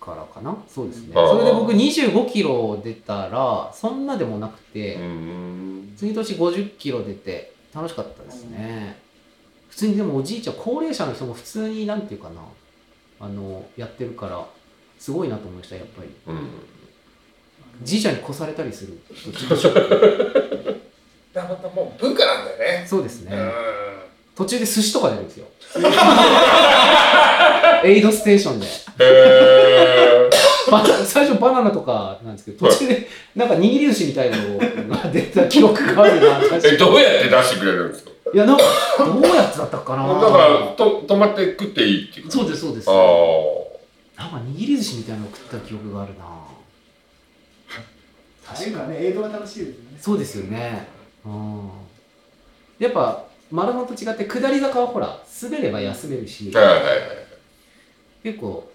S1: からかな、そうですね。
S3: あー
S1: それで僕25キロ出たら、そんなでもなくて、
S3: うーん。
S1: 次の年50キロ出て楽しかったですね、普通にでもおじいちゃん高齢者の人も普通になんていうかなあのやってるからすごいなと思いましたやっぱり
S3: うん。
S1: じいちゃんに越されたり するとちょっとショッ
S2: だまたもう文化なんだよ
S1: ク
S2: ね
S1: そうです
S2: う
S1: ね
S2: ん
S1: 途中で寿司とか出るん ですよエイドステーションで
S3: へえ。
S1: バナ最初バナナとかなんですけど途中でなんか握り寿司みたいなのが出た記憶があるな確か
S3: え、
S1: に
S3: どうやって出してくれるんですか
S1: いやなんかどうやってだったか
S3: だ
S1: な
S3: から、と止まって食っていいっていうこと。
S1: そうですそうです
S3: ああ。
S1: なんか握り寿司みたいなの食った記憶があるな
S5: 確かね、映像が楽しいですよね。
S1: そうですよねうんやっぱマラソンと違って下り坂はほら滑れば休めるし
S3: はいはいはい。
S1: 結構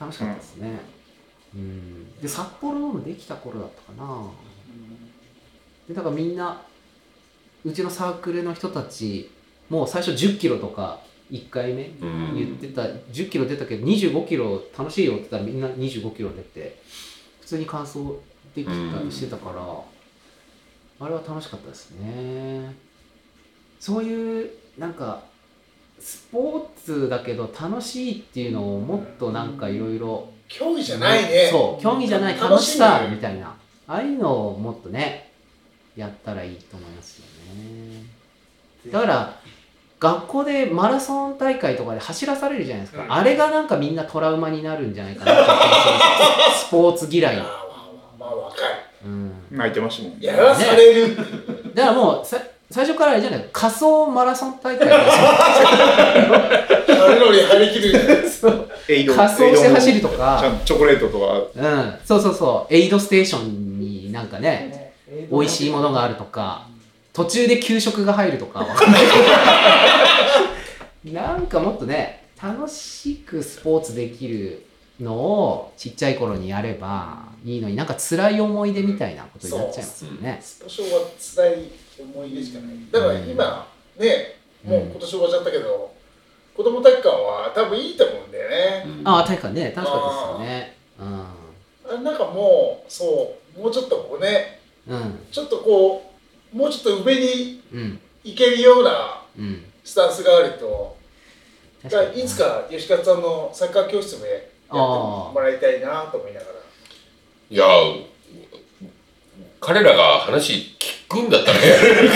S1: 楽しかったですねうん、で札幌のもできた頃だったかなでだからみんなうちのサークルの人たちもう最初1 0キロとか1回目
S3: うん
S1: 言ってた1 0キロ出たけど2 5キロ楽しいよって言ったらみんな2 5キロ出て普通に完走できたりしてたから、あれは楽しかったですねそういうなんかスポーツだけど楽しいっていうのをもっとなんかいろいろ
S2: 競技じゃないね
S1: そう競技じゃない楽
S2: 楽
S1: し
S2: し
S1: さ
S2: んで
S1: み
S2: る
S1: たいなああいうのをもっとねやったらいいと思いますよねだから学校でマラソン大会とかで走らされるじゃないですか、
S2: うん
S1: あれがなんかみんなトラウマになるんじゃないかなって気がするんですよスポーツ嫌い
S2: まあ
S1: の、
S2: まあまあわかる
S1: うん、
S4: 泣いてましたもんね
S2: やらされるっていう
S1: だからもうさ最初からあれじゃない仮想マラソン大会
S2: カロリー張り切る
S1: そう
S4: エイド
S1: 仮装して走ると
S4: ちゃ
S1: か、
S4: んとチョコレートとか
S1: うん、そうそうそうエイドステーションになんかね美味しいものがあるとか途中で給食が入るとかわかんないけどなんかもっとね楽しくスポーツできるのをちっちゃい頃にやればいいのになんか辛い思い出みたいなことになっちゃいますよね。
S2: スポ少は辛い思い出しかないだから今ねもう今年終わっちゃったけど子供体育館は多分いいと思うんだよね
S1: ああ確かにね楽しかったですよね。
S2: あれなんかもうそうもうちょっとこうね
S1: うんうん
S2: ちょっとこうもうちょっと上に
S1: うん
S2: 行けるような
S1: うん
S2: スタンスがあるとだ
S1: 確
S2: から
S1: かに
S2: いつか吉勝さんのサッカー教室もやってもらいたいなと思いながら
S3: いや、彼らが話聞くんだったらやれる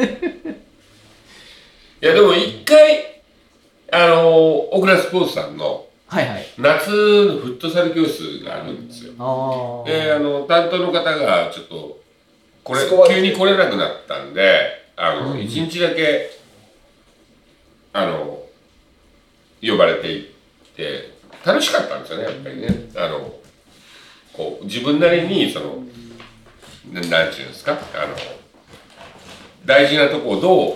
S3: けど。いや、でも一回、あの、小倉スポーツさんの
S1: はいはい。
S3: 夏のフットサル教室があるんですよ。
S1: ああ
S3: で、あの、担当の方がちょっと、これ
S2: そこは、
S3: 急に来れなくなったんで、あ
S1: う
S3: の、
S1: ん
S3: 一日だけ、あの、呼ばれていって、楽しかったんですよね、やっぱりね。あの、こう、自分なりに、その、ななんていうんですか、あの、大事なとこをどう、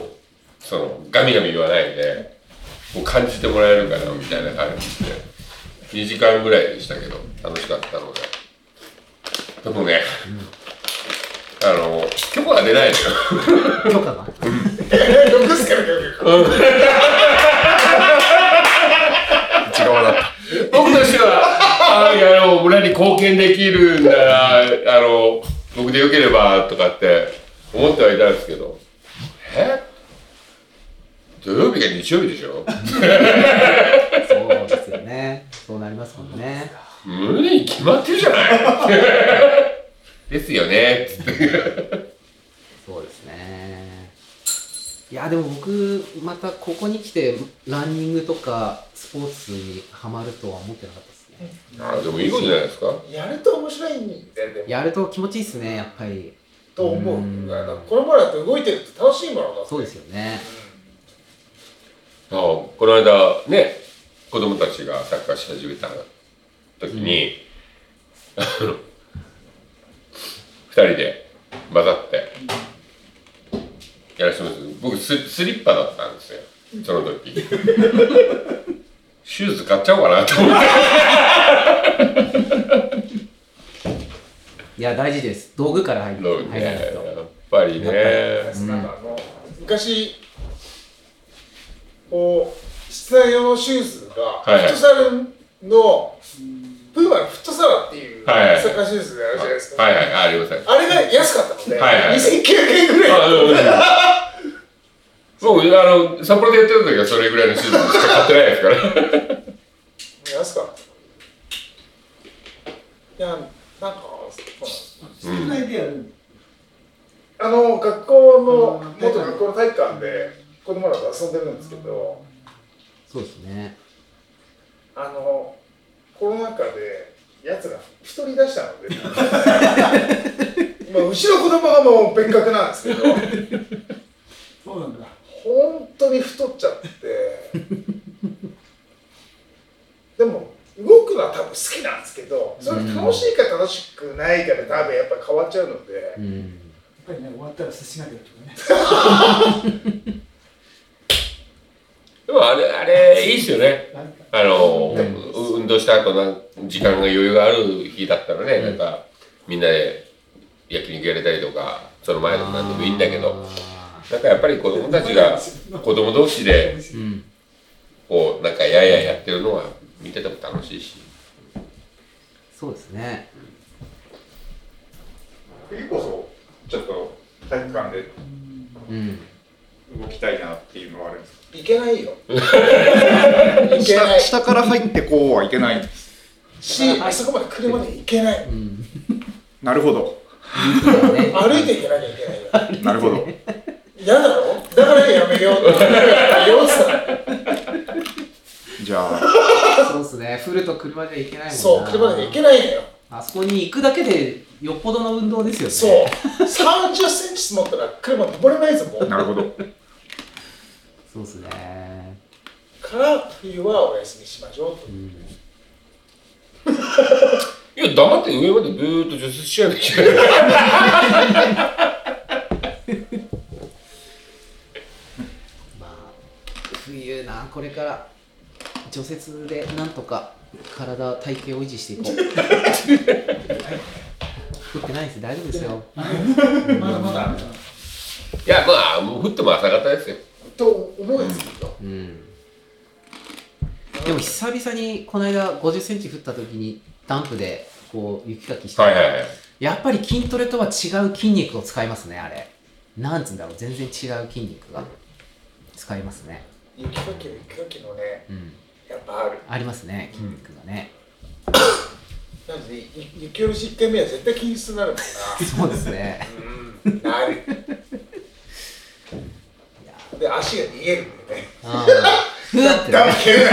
S3: その、ガミガミ言わないで、こう感じてもらえるかな、みたいな感じで、2時間ぐらいでしたけど、楽しかったので。でもね、あの、許可が出ないの
S1: 許
S3: よ。
S1: 可が。
S2: どこすから
S4: 内側だった
S3: 僕としては、あいやあの、村に貢献できるんなら、あの、僕でよければ、とかって思ってはいたんですけど、え土曜日が日曜日でし
S1: そ
S3: ょ
S1: うですよね。そうなりますもんね。
S3: 無理に決まってるじゃない ですよね、 つって。
S1: そうですね。いや、でも僕、またここに来て、ランニングとかスポーツにハマるとは思ってなかったですね。
S3: あでもいいことじゃないですか。
S2: やると面白いんだよね
S1: やると気持ちいいっすねやっぱり
S2: と思う
S1: うん
S2: だからこのままだって動いてるって楽しいものだ
S1: そうですよね
S3: あこの間ね子供たちがサッカーし始めた時に、あの二人で混ざってやらせてもらって僕ススリッパだったんですよその時シューズ買っちゃおうかなと思って
S1: いや大事です道具から入る
S3: のね
S1: 入らない
S3: や
S1: と
S3: っぱりね
S2: うんなんかあの昔こう室内用のシューズがフ
S3: はいはい
S2: ットサルのプーマのフットサラっていうサ
S3: はいはい
S2: ッカーシューズあるじゃないですか
S3: はいはいありません
S2: あれが安かったので
S3: はいはい
S2: 2900円ぐらい
S3: あうん僕あの札幌でやってた時はそれぐらいのシューズしか買ってないですから
S2: 安かったいやなんか
S5: 室内でやるんだ
S2: あの学校の
S5: うん
S2: 元学校の体育館で子供らと遊んでるんですけど
S1: そうですね
S2: あのコロナ禍でやつが一人出したの でまあうちの子供がもう別格なんですけど
S5: そうなんだ
S2: 本当に太っちゃってでも動くのは多分好きなんですけどそれ楽しいか楽しくないかで多分やっぱ変わっちゃうので
S1: うん
S5: やっぱりね、終わったら接しなきゃとかね。
S3: でもあれあれいいっすよね
S5: なんか、
S3: あの、
S1: うん
S3: う運動した後なん時間が余裕がある日だったらね、
S1: うん
S3: なんかみんなで焼肉やれたりとかその前でも何でもいいんだけど
S1: あ
S3: なんかやっぱり子供たちが子供同士で
S1: ーうん
S3: こうなんかやややってるのは見てても楽しいし
S1: そうです ね
S4: 次こそちょっと体育館で
S1: うん
S4: 動きたいなっていうのはあるんです
S2: いけないよいけな
S4: 下
S2: い
S4: 下から入ってこうはいけないんです
S2: しあそこまで車で行けない
S1: うん
S4: なるほど
S1: そうだね
S2: 歩いて行けなきゃいけないよ
S4: なるほど
S2: 嫌だろだからやめよう って言おうって言って
S4: じゃあ
S1: そうですねフルと車じゃ行けないもん
S2: た
S1: な
S2: そう車で行けないのよ
S1: あそこに行くだけでよっぽどの運動ですよね
S2: そう3 0センチ積もったら車登れないぞもう
S4: なるほど
S1: そうですね
S2: から冬はお休みしましょうと
S1: うん
S3: いや黙って上までブーっと除雪しちゃうだけ
S1: まあ冬なこれから除雪でなんとか体体型を維持していこう降ってないです大丈夫ですよ
S5: まだまだあるか
S3: いやまあもう降っても朝方ですよ
S2: と思うんですけど
S1: うんでも久々にこの間5 0センチ降った時にダンプでこう雪かきして、
S3: はいはいはい
S1: やっぱり筋トレとは違う筋肉を使いますねあれなんつうんだろう全然違う筋肉が使いますね
S2: 雪かきの雪かきのね
S1: うん
S2: やっぱある
S1: ありますね筋肉がね、
S2: なのでい雪下ろし1回目は絶対禁止になるもん な
S1: そうですね
S2: うんなるで足が逃げるんでね
S1: ああふーってね
S2: ダメ蹴れないあ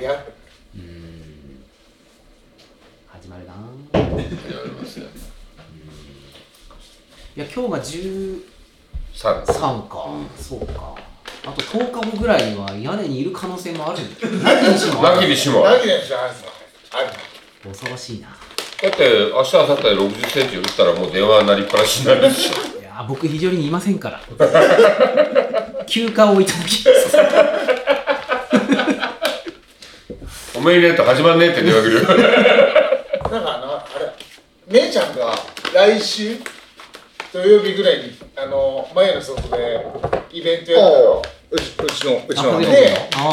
S2: りゃ
S1: うーん始まるなぁ
S3: やりますよ
S1: いや今日が13
S3: さあ
S1: か、そうかあと10日後ぐらいには屋根にいる可能性もある なきにしもあ
S3: な
S1: る
S3: きにしもあ
S2: 何
S3: る
S2: でやるじゃんあるのある
S1: 恐ろしいな
S3: だって明日明後日で6 0センチ降ったらもう電話鳴りっぱなしになるでしょ
S1: いや僕非常にいません から休暇をいただきます
S3: おめえいねえと始まんねえって電話来るよ
S2: のなんかあのあれ姉ちゃんが来週土曜日ぐらいにあの前の外でイベントやったの
S4: うちうちのうち
S1: あ
S4: の
S1: あ
S4: 姉
S2: でね
S1: ああ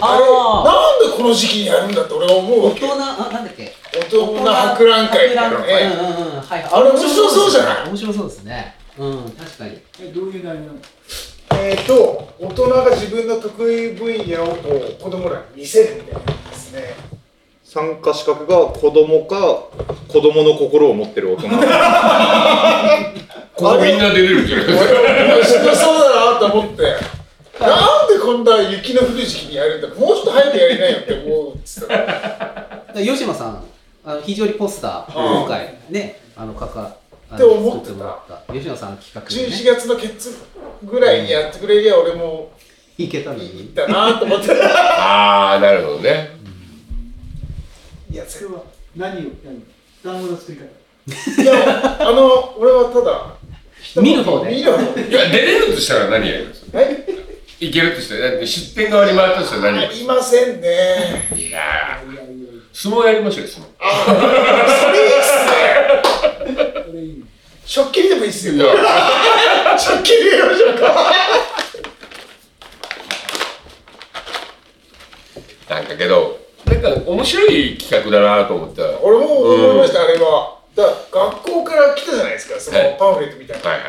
S2: あれ
S1: あ
S2: なんでこの時期にやるんだって俺は思う
S1: 大
S2: わけ
S1: 人あなんだっけ
S2: 大人博覧会みたいな
S1: 博覧会
S2: ね
S1: うんうんうんはいはい
S2: あれ面白そうじゃない
S1: 面白そうですねうん確かに
S5: ら。え、どういう内容なの
S2: えっ、と大人が自分の得意分野をこう子供らに見せるみたいなですね
S4: 参加資格が子供か子供の心を持ってる大人
S3: ここみんな出れるじゃないですか
S2: 面白そうだなと思ってなんでこんな雪の降る時期にやるんだもうちょっと早くでやりなよって思うっつったら、
S1: だから吉野さん、あの非常にポスター、
S2: うん
S1: 今回ね、あの、かか、あ
S2: って思ってた
S1: 作もらった。吉野さんの企画で
S2: 11
S1: ね、
S2: 月のケツぐらいにやってくれりゃ俺も
S1: いけたの
S2: いい ん
S1: に。
S2: だなと思って、
S3: ああ、なるほどね。
S2: いや、
S5: それは何をやるの団子の作り方。
S2: いや、あの、俺はただ、
S1: 見る方で
S2: 見る方で。
S3: いや、出れるとしたら何やります
S2: え
S3: いけるとしたら、だって出店側に回ったとしたら何や
S2: あ
S3: り
S2: りませんね。
S3: ますいや
S5: いやいやいや、
S3: ー、相撲やりましょうよ、相撲。
S2: それいいっすね。
S5: それいいの。
S2: 食器でもいいっす
S3: い
S2: よ。
S3: や
S2: 食器でやりましょうか。
S3: なんかけど、なんか面白い企画だなと思った。はい
S2: 俺も思いました、あれは。だから学校から来たじゃないですか、その
S3: はい
S2: パンフレットみたいな。
S3: はい。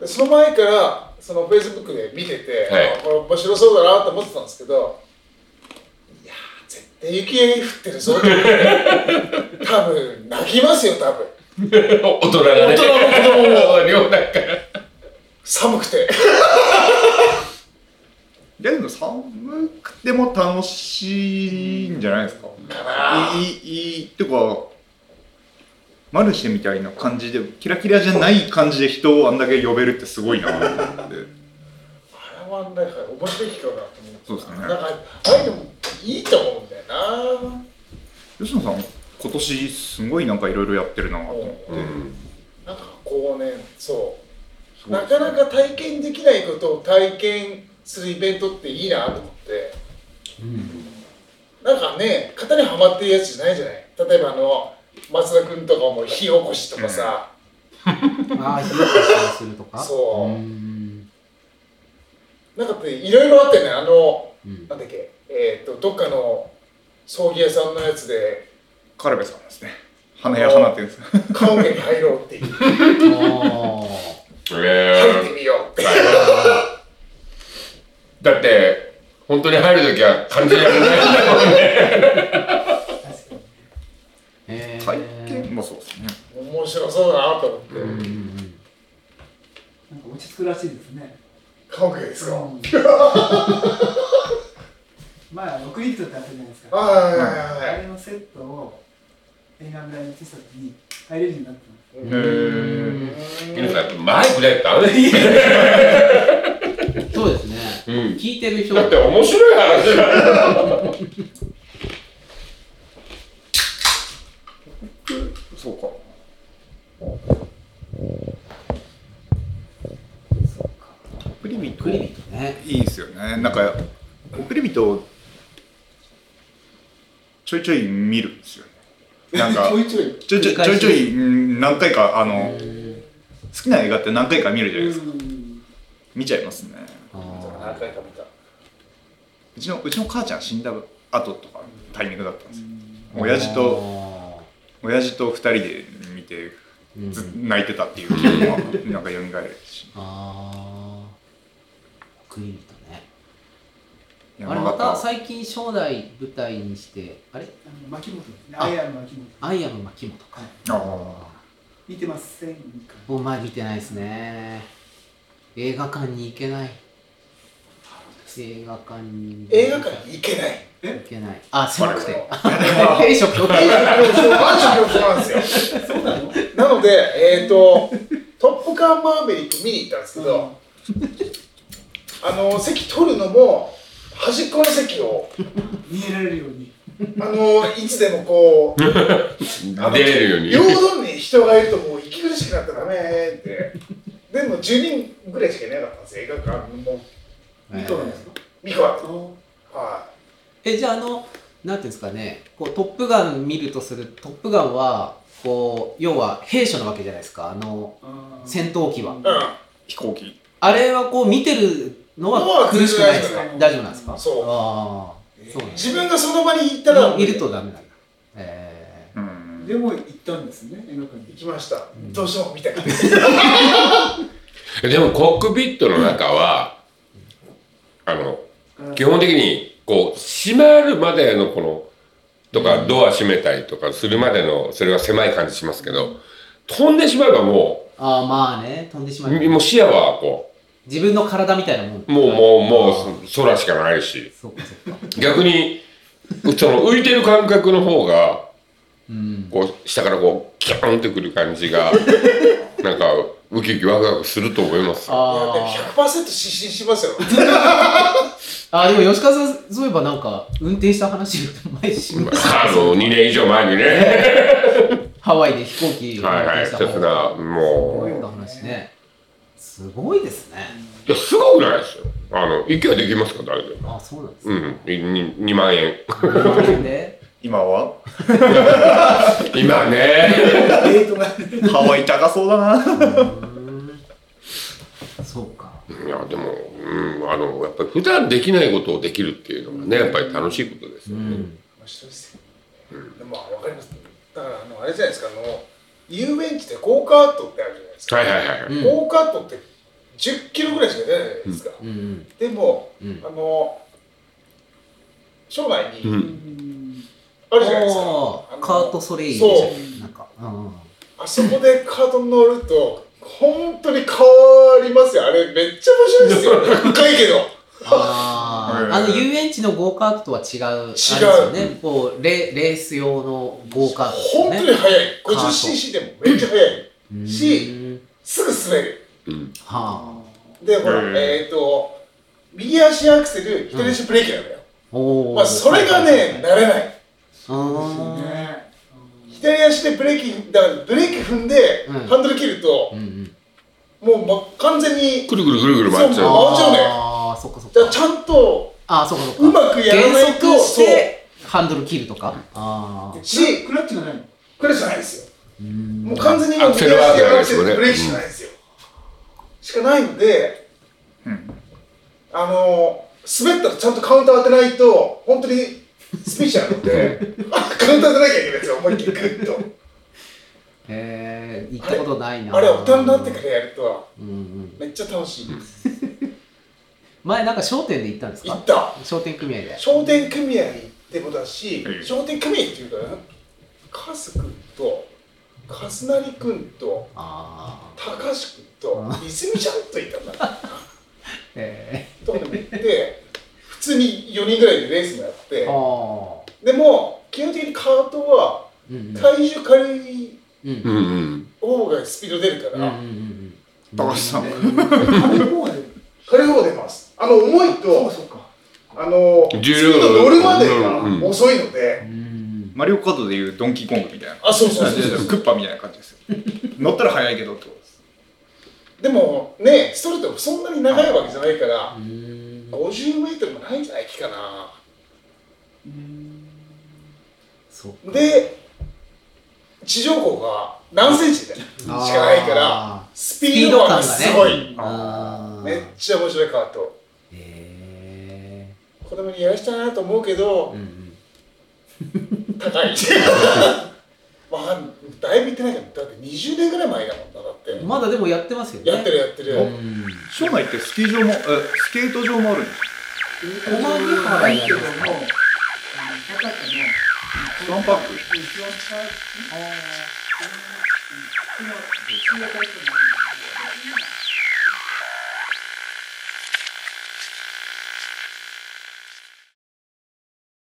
S2: でその前から、そのフェイスブックで見てて、
S3: はい
S2: あこれ面白そうだなと思ってたんですけど、いやー、絶対雪降ってる ぞと思って、多分泣きますよ、多分
S3: お大人が
S2: 大
S3: ね。
S2: 人も子供 も
S3: 両なんか。
S2: 寒くて。
S4: い やでも寒くても楽しいんじゃないですか。いいいいいとかマルシェみたいな感じでキラキラじゃない感じで人をあんだけ呼べるってすごいなと思って。
S2: あれはなんか面白い企画だと思って。
S4: そうですね
S2: なんか、ああいうのいいと思うんだよな。
S4: 吉野さん今年すごいなんかいろいろやってるなと思って。
S3: うん。
S2: なんかこうね、そう、
S4: すごい
S2: なかなか体験できないことを体験するイベントっていいなと思って、なんかね、型にはまってるやつじゃないじゃない。例えばあの松田君とかも火起こしとかさ、
S1: ああ、ひどくするとか。
S2: そう
S1: ーん。
S2: なんかっていろいろあったよね。あの
S1: うん
S2: なんだっけ、えっ、とどっかの葬儀屋さんのやつで
S4: カルベさんですね。花屋花っていうんです。
S2: 棺桶に入ろうっていう、
S1: あ
S3: え
S2: 入ってみようって。
S3: ー、だって、本当に入るときは感じられない。
S1: ーへー
S4: 体験もそうですね。
S2: 面白そうだなと思って。
S1: うんうん
S5: なんか落ち着くらしいですね。
S2: 棺桶ですか。
S5: 前は6リットルってあったじゃないですか。
S2: あはいはいはいはい
S5: あ。れのセットを沿岸村に移した時に入れるようになったんです。
S4: へー
S3: 皆さん、マイクでダメだ
S1: うんそうですね。
S3: うん。
S1: 聞いてる人、
S3: だって面白い話だよ。
S4: そうか。送り人
S1: クリビットね。
S4: いいですよね。なんか送り人をちょいちょい見るんですよね。なんか
S2: ちょいちょい。
S4: ちょいちょいちょいちょいうん何回かあの好きな映画って何回か見るじゃないですか。
S5: うん。
S4: 見ちゃいますね。
S1: あ
S2: 何
S1: ー
S2: 回か見た。
S4: うちのうちの母ちゃん死んだ後とかのタイミングだったんですよ。親父と親父と二人で見て
S1: うん
S4: ず泣いてたっていう記憶がなんか蘇るし。
S1: あークリビットね。あれ
S4: 山
S1: また
S4: 形
S1: 最近将来舞台にしてあれ
S5: あの巻本ですね。
S1: あ
S5: アイアンの巻本。
S1: アイアム牧本か
S4: あ
S5: 見てませんか。
S1: もう前見てないですね映画館に行けない映画館に
S2: 映画館に行けない。
S1: 行けないあ狭くて
S4: あ
S1: テンション高い
S2: マジ恐怖なんですよ。なので、えっ、と、トップガンマーベリック見に行ったんですけど、あの席取るのも端っこの席を、
S5: 逃げられるように。
S2: あのいつでもこう、
S3: 出れる
S2: 平
S3: ように。
S2: 等に人がいるともう息苦しくなったらダメーって。でも10人ぐらいしかいなかったんですよ、映画館も。
S5: 見とるんですか。
S2: ミコは。
S5: そう
S2: は
S1: えじゃああのなんていうんですかねこうトップガン見るとするトップガンはこう要は兵所なわけじゃないですかあの
S5: あー
S1: 戦闘機は
S2: いう
S4: 飛行機
S1: あれはこう見てるのは苦しくないですか
S5: うん
S1: 大丈夫なんですか
S2: そう
S1: ああそうなん
S2: ん。
S1: です
S2: 自分がその場に行ったら、
S1: いるとダメなんだえ
S4: うん
S5: でも行ったんですね。映画館に
S2: 行。きました。どうしても見 たくて。
S3: でも、コックピットの中は、あの、基本的に、こう、閉まるまでのこの、とか、ドア閉めたりとかするまでの、それは狭い感じしますけど、飛んでしまえばも
S1: ー、ああまあね飛んでし
S3: う、
S1: まう
S3: もう視野はこう、
S1: 自分の体みたいなもん
S3: もうもうもうそ空しかないし
S1: そっかそっか
S3: 逆にその浮いてる感覚の方が
S1: うん
S3: こう下からこうキャーンってくる感じがなんかウキウキワクワクすると思いますよ
S2: いやでも
S1: あ
S2: 100%失神しますよ。
S1: ーあーでも吉川さんそういえばなんか運転した話前しました
S3: あの2年以上前にね
S1: ハワイで飛行機運
S3: はいは
S1: 転
S3: い
S1: した
S3: 切
S1: 方
S3: なも
S1: そう
S3: う
S1: いう話ねすごいですね
S3: いやすごくないですよあの息はできますか誰でも
S1: あそうなんです
S3: う
S1: ね
S3: ん2, 2万円
S1: で
S4: 今は
S3: 今ね
S2: デートが。
S4: ハワイ高そうだな。
S1: そうか
S3: いやでも、うん、あのやっぱり普段できないことをできるっていうのがねやっぱり楽しいことです
S1: う
S3: よね、
S1: ん
S2: まあ人ですよでもわかります。だからあのあれじゃないですかあの遊園地でゴーカートってあるじゃないですか。
S3: はいはいはいはい、
S1: うん
S2: ゴーカートって10キロぐらいしか出ないじゃないですか。
S1: うん
S2: でも、
S1: うん
S2: あの将来に、
S3: うん
S2: あるじゃないですか。
S1: おー
S2: あの
S1: カートソレイユ
S2: そう
S1: なんかうん
S2: あそこでカートに乗ると本当に変わりますよ。あれめっちゃ面白い ですよ。深いけど。
S1: あ
S4: うん
S1: ーあの遊園地のゴーカートとは違うあれですよねこうレレース用のゴーカートですよ
S2: 本
S1: ね
S2: 当に速い。
S1: カート
S2: 50cc でもめっちゃ速い。
S1: うん
S2: しすぐ滑る。
S3: うん、
S1: は
S2: で、ほら、
S4: うん
S2: えっ、と、右足アクセル、左足ブレーキなのよ。
S1: あおお
S2: まあ、それがね、慣れない。
S1: うん
S5: ね
S2: 左足でブレーキ、だからブレーキ踏んで、
S1: うん
S2: ハンドル切ると、
S1: うん
S2: もう、ま、完全に、
S3: くるくるくるくる回っち
S2: そう
S3: ゃ
S2: 回っ
S3: う
S2: ちゃうね
S1: ああそっかそっ
S2: だから
S1: か
S2: ちゃんと、
S1: あーそっかそっか
S2: うまくやらないと
S1: 減速してハンドル切るとかああ
S2: し、
S5: クラッチがないの
S2: これじゃないですよ。
S1: うん
S2: もう完全に
S3: アクセルワークがない
S2: ア
S3: で
S2: クセ
S3: すよ
S2: ル
S3: ね
S2: ブレーキしかないですよ。しかないので、
S4: うん。
S2: あのー、滑ったらちゃんとカウンター当てないと、本当にスピーチなので、カウンター当てなきゃいけないですよ、思いっきりグッと。
S1: へえ行ったことないな
S2: あれ、大人になってからやると、
S1: うんうん
S2: めっちゃ楽しいです。
S1: 前なんか商店で行ったんです
S2: 行
S1: か
S2: った
S1: 商店組合で
S2: 商店組合ってことだし、
S4: うん
S2: 商店組合っていうかなカス君とカスナリ君と
S1: ああ
S2: 高橋君と泉ちゃんといたんだ
S1: え
S2: とかでも行って普通に4人ぐらいでレースもやって
S1: えああ
S2: でも基本的にカートは
S1: うんうん
S2: 体重軽い
S1: うん
S3: うんうん
S2: 方がスピード出るから、
S4: 高橋さん。
S5: あれの方が出る
S2: 軽い方が出ますあの重い
S5: そう
S2: と
S5: かそうか
S2: あのスピ
S3: 重量
S2: ード乗るまでが
S3: うん
S2: 遅いので、
S1: うん
S4: マリオカートでいうドンキーコングみたいな。
S2: あそうそう
S4: 感
S2: そう
S4: じ
S2: そ
S4: で
S2: う
S4: すクッパみたいな感じ ですよ。乗ったら速いけどってことです。
S2: でもねストレートもそんなに長いわけじゃないから、
S1: うん
S2: 50メートルもないんじゃないかな。
S1: そっか
S2: で、地上高が何センチでしかないから、
S1: あ
S2: スピード感が
S1: スピー
S2: す
S1: ド感
S2: ご
S1: が
S2: い。
S1: ーあ
S2: めっ
S1: ー
S2: ちゃ面白いカート。
S1: へ
S2: 子供にやらしたいなと思うけ
S1: ーうん、
S2: ど
S1: うん
S2: 高い。 まあ、だいぶ行ってないけど、だって20年ぐらい前だもんな、だって。
S1: まだでもやってますよね
S2: やってるやってる。
S1: うん
S4: 庄内ってスキー場も、えスケート場もあるんです
S5: お
S1: お前に払い
S5: い
S1: や
S5: けど
S1: る
S5: もあの高かったね
S4: かワンパック
S5: 一番近いああ今今大会ってもあるんだ